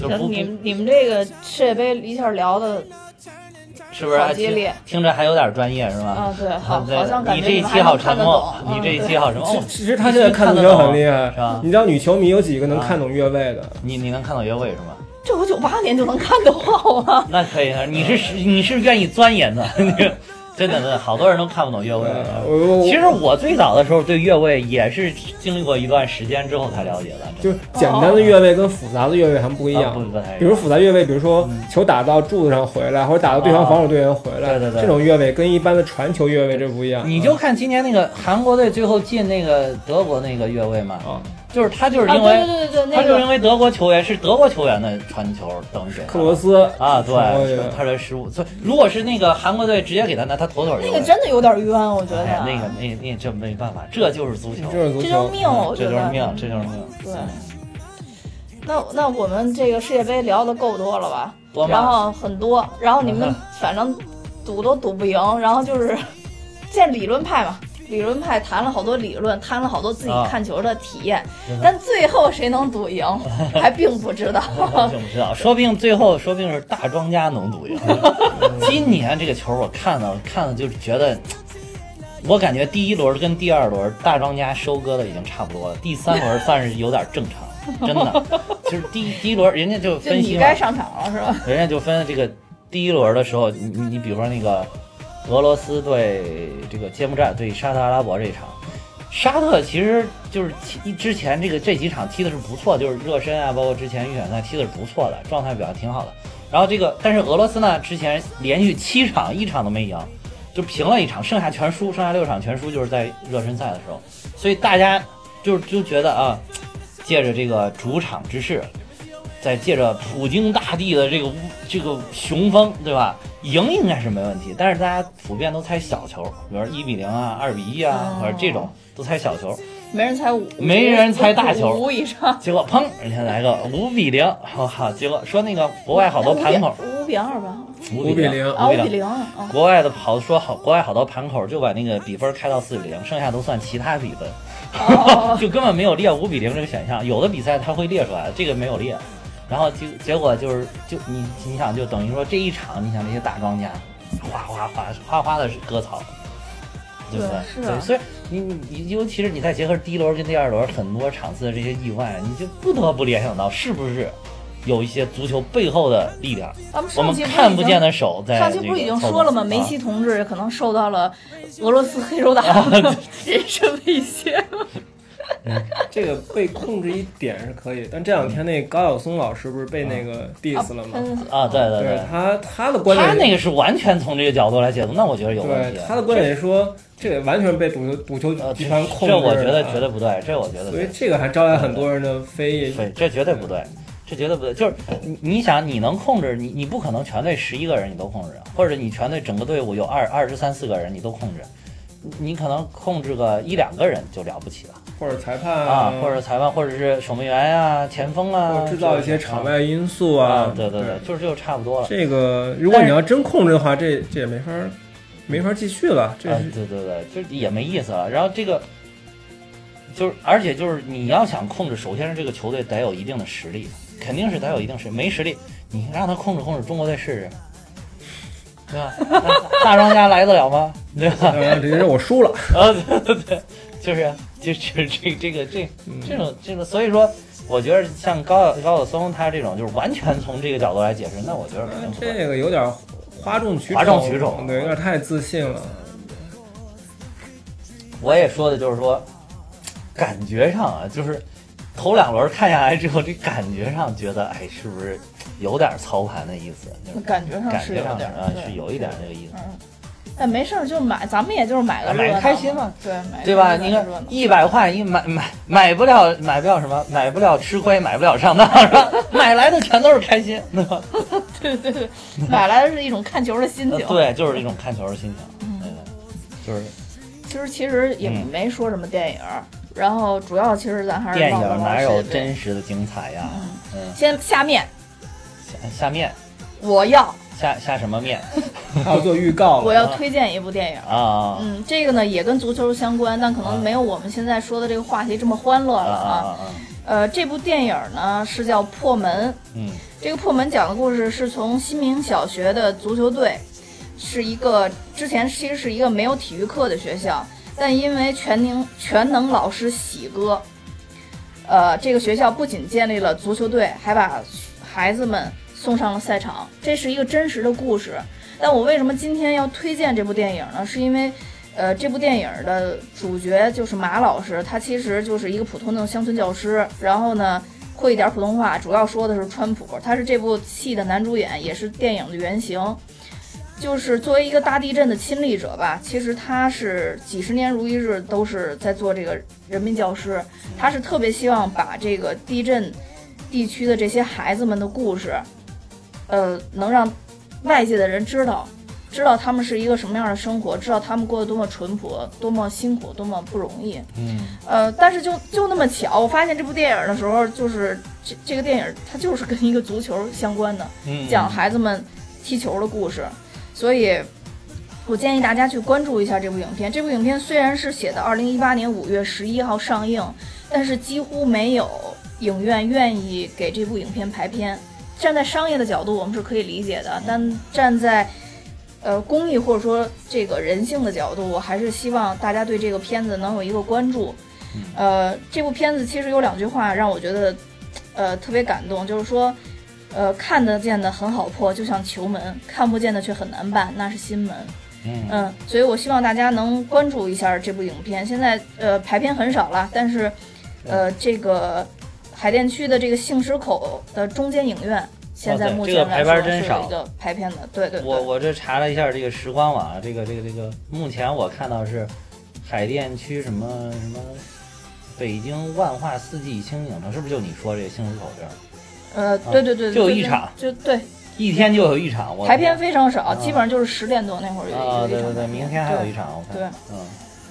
就不
行，你
不
们你们这个世界杯一下聊的
是不是
好
还
激
听
烈
听着还有点专业是吧？
啊，对，好，
对
好像感
你
觉
这一
们
期
还
好
能
沉
看得
默
懂，，
你这一
嗯
期好沉
其
默。
其实他现在看足球很厉害
是吧，
你知道女球迷有几个能
啊
看懂越位的？
你你能看到越位是吗？
对这我九八年就能看懂好 吗？
那可以，啊你是你是愿意钻研的，你真的真的，好多人都看不懂啊越位。
呃我我我
其实我最早的时候对越位也是经历过一段时间之后才了解的，
就是简单的越位跟复杂的越位还不一
啊
样
不不太一样。
比如复杂越位，比如说球打到柱子上回来，或者打到对方防守队员回
嗯啊对
来，
对对
这种越位跟一般的传球越位这不一样。
你就看今年那个韩国队最后进那个德国那个越位嘛，
啊，
就是他就是
啊，
因
对对
为
对对，对
他
那
就是因
个
为德国球员是德国球员的传球，等于给他
克罗斯
啊，
传过去
对，他的失误。所以如果是那个韩国队直接给他拿，他妥妥越
那
位
个。真的有点冤，我觉得
哎，那个那那这没办法，这就是足球，
就是足
这啊就
球
是。命，我觉
这
得
就是命，这就是命。
对。那那我们这个世界杯聊的够多了吧？
多吗
然后很多，然后你们
嗯
反正赌都赌不赢，然后就是 现在理论派嘛，理论派谈了好多理论，谈了好多自己
啊
看球的体验，
真的
但最后谁能赌 赢还并不知道。
并不知道， 说不定最后说不定是大庄家能赌赢。今年这个球我看了看了，就是觉得，我感觉第一轮跟第二轮大庄家收割的已经差不多了，第三轮算是有点正常。真的。就是第 一第一轮，人家就
就
分析
你
嘛，
该上场了是吧？
人家就分这个第一轮的时候，你你你比如说那个俄罗斯对这个揭幕战对沙特阿拉伯这一场，沙特其实就是一之前这个这几场踢的是不错，就是热身啊，包括之前预选赛踢的是不错的，状态表现挺好的。然后这个但是俄罗斯呢，之前连续七场一场都没赢。就平了一场，剩下全输，剩下六场全输，就是在热身赛的时候，所以大家就就觉得啊，借着这个主场之势，再借着普京大帝的这个这个雄风，对吧？赢应该是没问题，但是大家普遍都猜小球，比如一比零啊、二比一啊，或者这种都猜小球，
没人猜五，
没人猜大球
五以上。
结果砰，人家来个五比零， 我靠！结果说那个国外好多盘口
五比二吧，
五
比
零，哦
啊，五
五
零
比
比
零。
零 啊，
国外的好说好，国外好多盘口就把那个比分开到四比零，剩下都算其他比 分，
哦
哦就根本没有列五比零这个选项。有的比赛他会列出来，这个没有列。然后结结果就是就你你想就等于说这一场，你想这些大庄家哗哗哗哗哗的割草，对不
对
对？
是啊
对，所以你你尤其是你再结合第一轮跟第二轮很多场次的这些意外，你就不得不联想到是不是有一些足球背后的力量，
咱们
我
上
们
期不是
看
已
不
经
见的手在
上期
这
不是已
个
经
操
说了
纵
吗？梅
啊
西同志可能受到了俄罗斯黑手党 人身威胁。
这个被控制一点是可以，但这两天那高晓松老师不是被那个 diss 了吗？
喷死
啊，对对
对
对，
他他的观点，
他那个是完全从这个角度来解读，那我觉得有问
对
题。
他的观点说，这个完全被足球足球
呃，
集
这
团控制
这
了，
我觉得绝对不对，这我觉得
所以
对，
这个还招来很多人的非议。
对，这绝对不对，这绝对不对。就是你你想，你能控制你，你不可能全队十一个人你都控制，啊或者你全队整个队伍有二二十三四个人你都控制，你可能控制个一两个人就了不起了
或者裁判
啊，或者裁判，或者是守门员呀、前锋啊
嗯或，者制造一些场外因素
啊，对
对
对对，就是就差不多了。
这个如果你要真控制的话，这这也没法没法继续了。这
啊，
是
对对对，就是也没意思啊了。然后这个就是，而且就是你要想控制，首先是这个球队得有一定的实力，肯定是得有一定实力，没实力你让他控制控制中国队试试，对吧？那大庄家来得了吗？ 对吧？
呃，这是我 输了。
啊，对对对，就是就是这这个这
嗯
这种这种，所以说。我觉得像高高晓松他这种，就是完全从这个角度来解释，那我觉得肯定不对。
这个有点哗众
嗯
取
哗众取宠
对，有点太自信了。
我也说的就是说，感觉上啊，就是头两轮看下来之后，这感觉上觉得，哎，是不是有点操盘的意思？就是
感觉上
感
是
觉
有
上
点儿
啊，是
对。
有一点这个意思，
但没事儿就买，咱们也就是买个
啊买
热
个
闹
开心嘛，
对，买个
对吧？
热闹
你看
热闹
一百块，你买买买不了，买不了什么，买不了吃亏，买不了上当，是吧？买来的全都是开心，对吧？
对对对，买来的是一种看球的心情。，嗯
呃对，就是一种看球的心情，对对就是
其实其实也
嗯
没说什么电影儿，然后主要其实咱还是
电影
忘了
哪
玩
有
世界杯
真实的精彩呀？嗯，
先下面
下下面
我要
下下什么面
还要做预
哦
告
我
了，
要推荐一部电影儿。
啊？
嗯，这个呢也跟足球相关，但可能没有我们现在说的这个话题这么欢乐
哦啊
了啊。
啊啊！
呃，这部电影儿呢是叫《破门》，
嗯。
这个破门讲的故事是从新民小学的足球队，是一个之前其实是一个没有体育课的学校，但因为全能全能老师喜哥，呃，这个学校不仅建立了足球队，还把孩子们送上了赛场。这是一个真实的故事。但我为什么今天要推荐这部电影呢？是因为，呃，这部电影的主角就是马老师，他其实就是一个普通的乡村教师，然后呢会一点普通话，主要说的是川普，他是这部戏的男主演，也是电影的原型。就是作为一个大地震的亲历者吧，其实他是几十年如一日都是在做这个人民教师，他是特别希望把这个地震地区的这些孩子们的故事，呃，能让外界的人知道，知道他们是一个什么样的生活，知道他们过得多么淳朴，多么辛苦，多么不容易。
嗯
呃，但是就就那么巧，我发现这部电影的时候，就是这这个电影它就是跟一个足球相关的，
嗯，
讲孩子们踢球的故事，所以我建议大家去关注一下这部影片。这部影片虽然是写的二零一八年五月十一号上映，但是几乎没有影院愿意给这部影片排片。站在商业的角度，我们是可以理解的，但站在呃公益或者说这个人性的角度，我还是希望大家对这个片子能有一个关注。呃，这部片子其实有两句话让我觉得呃特别感动，就是说，呃看得见的很好破，就像球门；看不见的却很难办，那是心门。
嗯，
嗯，所以我希望大家能关注一下这部影片。现在呃排片很少了，但是呃这个海淀区的这个杏石口的中间影院，现在
哦对
目
这个
前
排
来
班
说
真
是
少
有一个排片的，对对
我
对，
我这查了一下这个时光网，啊这个这个这个，目前我看到是海淀区什么什么。北京万化四季清影城是不是就你说这杏石口这儿
呃对对对，对
就有一
对
场
就对
一天就有一场？我
排片非常少，
啊
基本上就是十点多那会儿有一有一场
啊，
排
对
片。
对对，明天还有一
对
场，我看
对，
嗯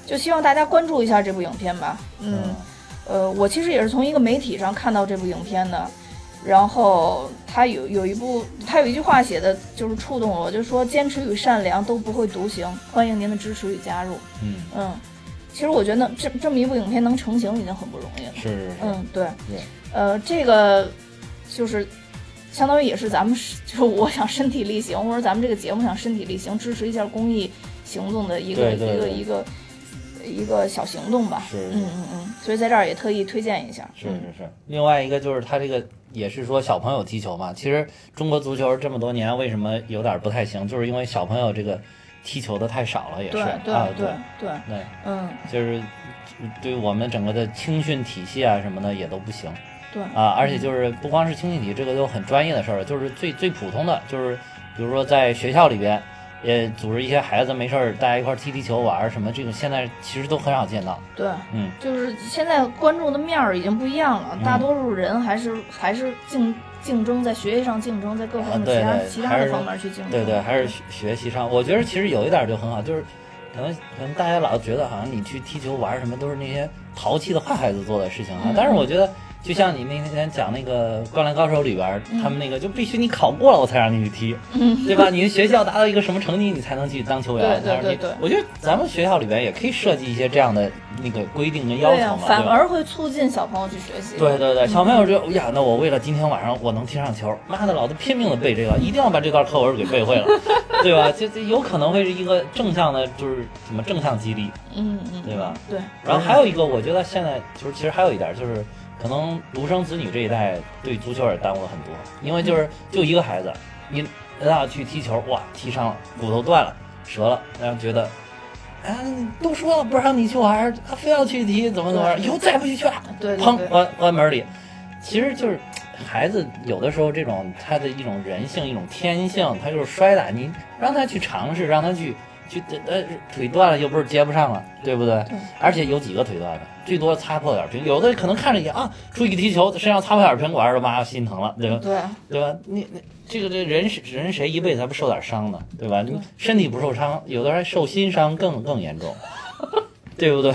就希望大家关注一下这部影片吧。嗯，呃，我其实也是从一个媒体上看到这部影片的，然后他有有一部，他有一句话写的就是触动我，就说坚持与善良都不会独行，欢迎您的支持与加入。
嗯，
嗯，其实我觉得这这么一部影片能成型已经很不容易了。
是是是，
嗯，对，
对
呃，这个就是相当于也是咱们是，就是我想身 体力行，或者咱们这个节目想身体力行，支持一下公益行动的一个
对对对
一个一个一个小行动吧。
是是
嗯嗯嗯，所以在这儿也特意推荐一下。嗯
是是是。另外一个就是他这个也是说小朋友踢球嘛，其实中国足球这么多年为什么有点不太行，就是因为小朋友这个踢球的太少了，也是
对对
啊，
对对，
对，
嗯，
就是对我们整个的青训体系啊什么的也都不行
对
啊，而且就是不光是青训体这个都很专业的事儿了，就是最最普通的，就是比如说在学校里边。也组织一些孩子没事儿，大家一块儿踢踢球玩儿什么，这种现在其实都很少见到。
对，
嗯，
就是现在关注的面儿已经不一样了，
嗯
大多数人还是还是竞竞争，在学业上竞争，在各方
啊
面
对
其他
对
其他
还
的
是
方面去竞争。
对对，还是学学习上，我觉得其实有一点就很好，就是可能可能大家老觉得好像你去踢球玩什么都是那些淘气的坏孩子做的事情
嗯
啊，但是我觉得就像你那天讲那个《灌篮高手》里边儿，
嗯
他们那个就必须你考过了我才让你去踢，对吧？你学校达到一个什么成绩，你才能去当球员？
对对对
才能去
对
我觉得咱们学校里边也可以设计一些这样的那个规定跟要
对呀
求，嘛，
反
对吧？
而会促进小朋友去学习。
对对对，小朋友就哎呀，那我为了今天晚上我能踢上球，妈的，老子拼命的背这个，一定要把这段课文给背会了，对吧？这这有可能会是一个正向的，就是什么正向激励，
嗯嗯，
对吧？
对。
然后还有一个，我觉得现在就是其实还有一点就是，可能独生子女这一代对足球也耽误了很多，因为就是就一个孩子，你让他去踢球，哇，踢伤了，骨头断了，折了，然后觉得。啊，都说了不让你去玩儿，啊非要去踢，怎么怎么样？以后再也不许去了。
对对
砰
对，
关关门里。其实就是孩子有的时候这种他的一种人性、一种天性，他就是摔打你，让他去尝试，让他去去呃腿断了又不是接不上了，对不对？而且有几个腿断的，最多擦破点儿瓶，有的可能看着也啊，出去踢球身上擦破点儿瓶，玩儿妈心疼了，对吧？
对
对吧？你你这个这人是人谁一辈子还不受点伤呢？对吧？你身体不受伤，有的人还受心伤更更严重，对不对？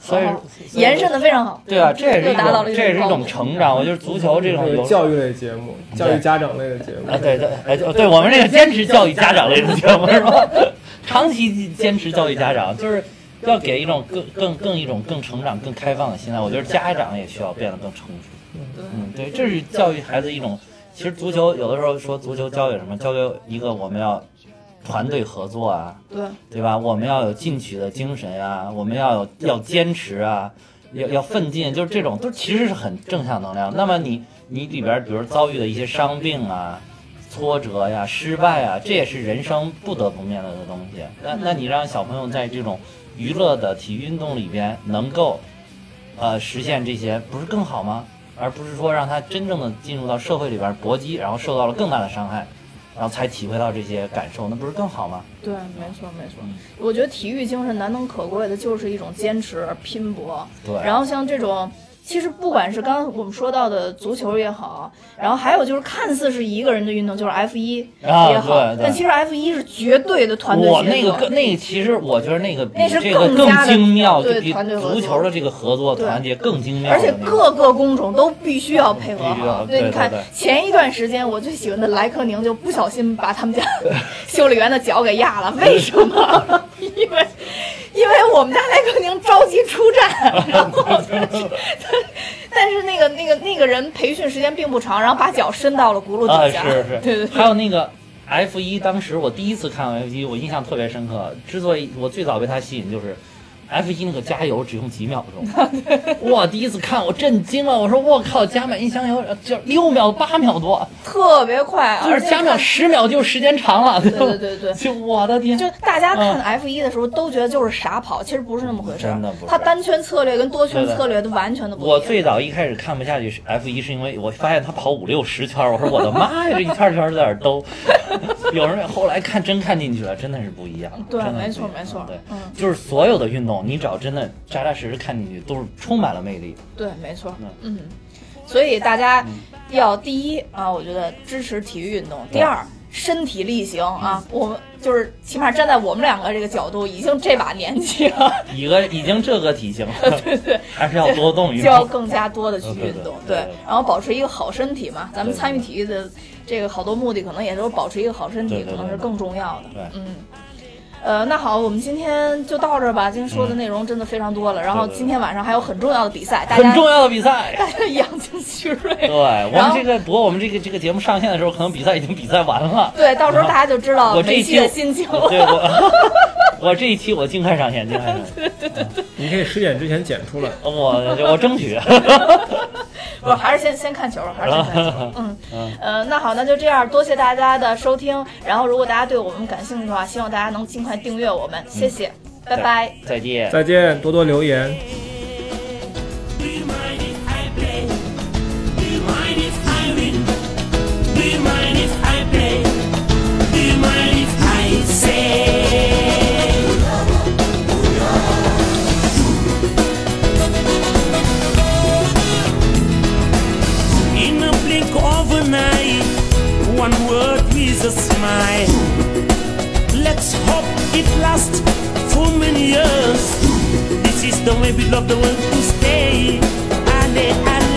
所以
好好
所以
延伸的非常好。
对啊，这也是一
又达到
种，
了一
这也是
种
一种
高度
成长。我觉得足球这种有
嗯教育类节目，教育家长类的节目
啊，对对，哎，对对我们这个坚持教育家长类的节目是吧？ 长期坚持教育家长，就是要给一种更更更一种更成长、更开放的心态。我觉得家长也需要变得更成熟。嗯，对，这是教育孩子一种。其实足球有的时候说足球教育什么，教育一个我们要团队合作啊，
对
对吧？我们要有进取的精神啊，我们要有要坚持啊，要要奋进，就是这种都其实是很正向能量。那么你你里边儿比如遭遇的一些伤病啊、挫折呀、失败啊，这也是人生不得不面对的东西。那那你让小朋友在这种娱乐的体育运动里边能够呃实现这些，不是更好吗？而不是说让他真正的进入到社会里边儿搏击，然后受到了更大的伤害，然后才体会到这些感受，那不是更好吗？
对，没错没错
嗯。
我觉得体育精神难能可贵的就是一种坚持、拼搏。
对。啊
然后像这种，其实不管是刚刚我们说到的足球也好，然后还有就是看似是一个人的运动，就是 F 一
啊
也好，
对对
但其实 F 一是绝对的团队
我
协
那个
作。
更那个，其实我觉得那个比
那是
这个
更
更
加的
精妙，就
对
比
团队合
足
作
球的这个合作
对
团结更精妙的
而
那
且
种。
各个工种都必须要配合
必须要
好。
对
你看
对对
前一段时间我最喜欢的莱科宁就不小心把他们家 修理员的脚给压了，为什么？ 因为因为我们家莱科宁着急出战，然 后但是 但是那个那个那个人培训时间并不长，然后把脚伸到了轱辘
啊，
底下，
是是，
对对对
还有那个 F 一，当时我第一次看 F 一，我印象特别深刻。之所以我最早被它吸引，就是 F 一那个加油只用几秒 钟，哇！第一次看我震惊了，我说我靠，加满一箱油就六秒八秒多，
特别快，
就
而
是
且
加
看
满十秒就时间长了，对
对对对对，
就我的天，
就大家看 F 一的时候都觉得就是傻跑，其实不是那么回事儿。
嗯真的不是
它单圈策略跟多圈策略都完全的不一样。
我最早一开始看不下去 F 一，是因为我发现他跑五六十圈儿，我说我的妈呀，这一圈儿圈儿在哪儿兜？ 有人后来看真看进去了，真的是不一样。
对
真的是
没错
不一样
没错
对，
嗯
就是所有的运动，你只要真的扎扎实实看进去，都是充满了魅力。
对，没错
嗯，
嗯，所以大家要第一啊，我觉得支持体育运动；第二，身体力行啊。
嗯
我们就是起码站在我们两个这个角度，已经这把年纪了，
一个已经这个体型了，还是要多动运
就要
动。
更加多的去运动，对
对对对对，
然后保持一个好身体嘛。咱们
对对
参与体育的这个好多目的，可能也都是保持一个好身
对
体，
对对
可能是更重要的。
对
嗯。呃，那好，我们今天就到这儿吧。今天说的内容真的非常多了，然后
嗯对对对
今天晚上还有很重要的比赛，大
很
家
重要的比赛，
大家养精蓄锐。
对我
然
们
后
这个，不过我们这个这个节目上线的时候，可能比赛已经比赛完 了。
对，到时候大家就知道
我这
梅
一
西
期
的心情了。
对我， 我这一期我尽快上线，尽快上 线，
你可以十点之前剪出来。
我我争取。
不是，还是先先看球，还是先看
啊
球。 嗯，呃，那好，那就这样，多谢大家的收听。然后，如果大家对我们感兴趣的话，希望大家能尽快订阅我们，谢
嗯
谢，拜拜。
再见。
再见，多多留言。
Do you mind if I play? Do you mind if I win? Do you mind if I play? Do you mind if I say? In a blink of an eye, one word is a smile. Let's hope it lasts for many years. This is the way we love the world to stay. Ale, ale.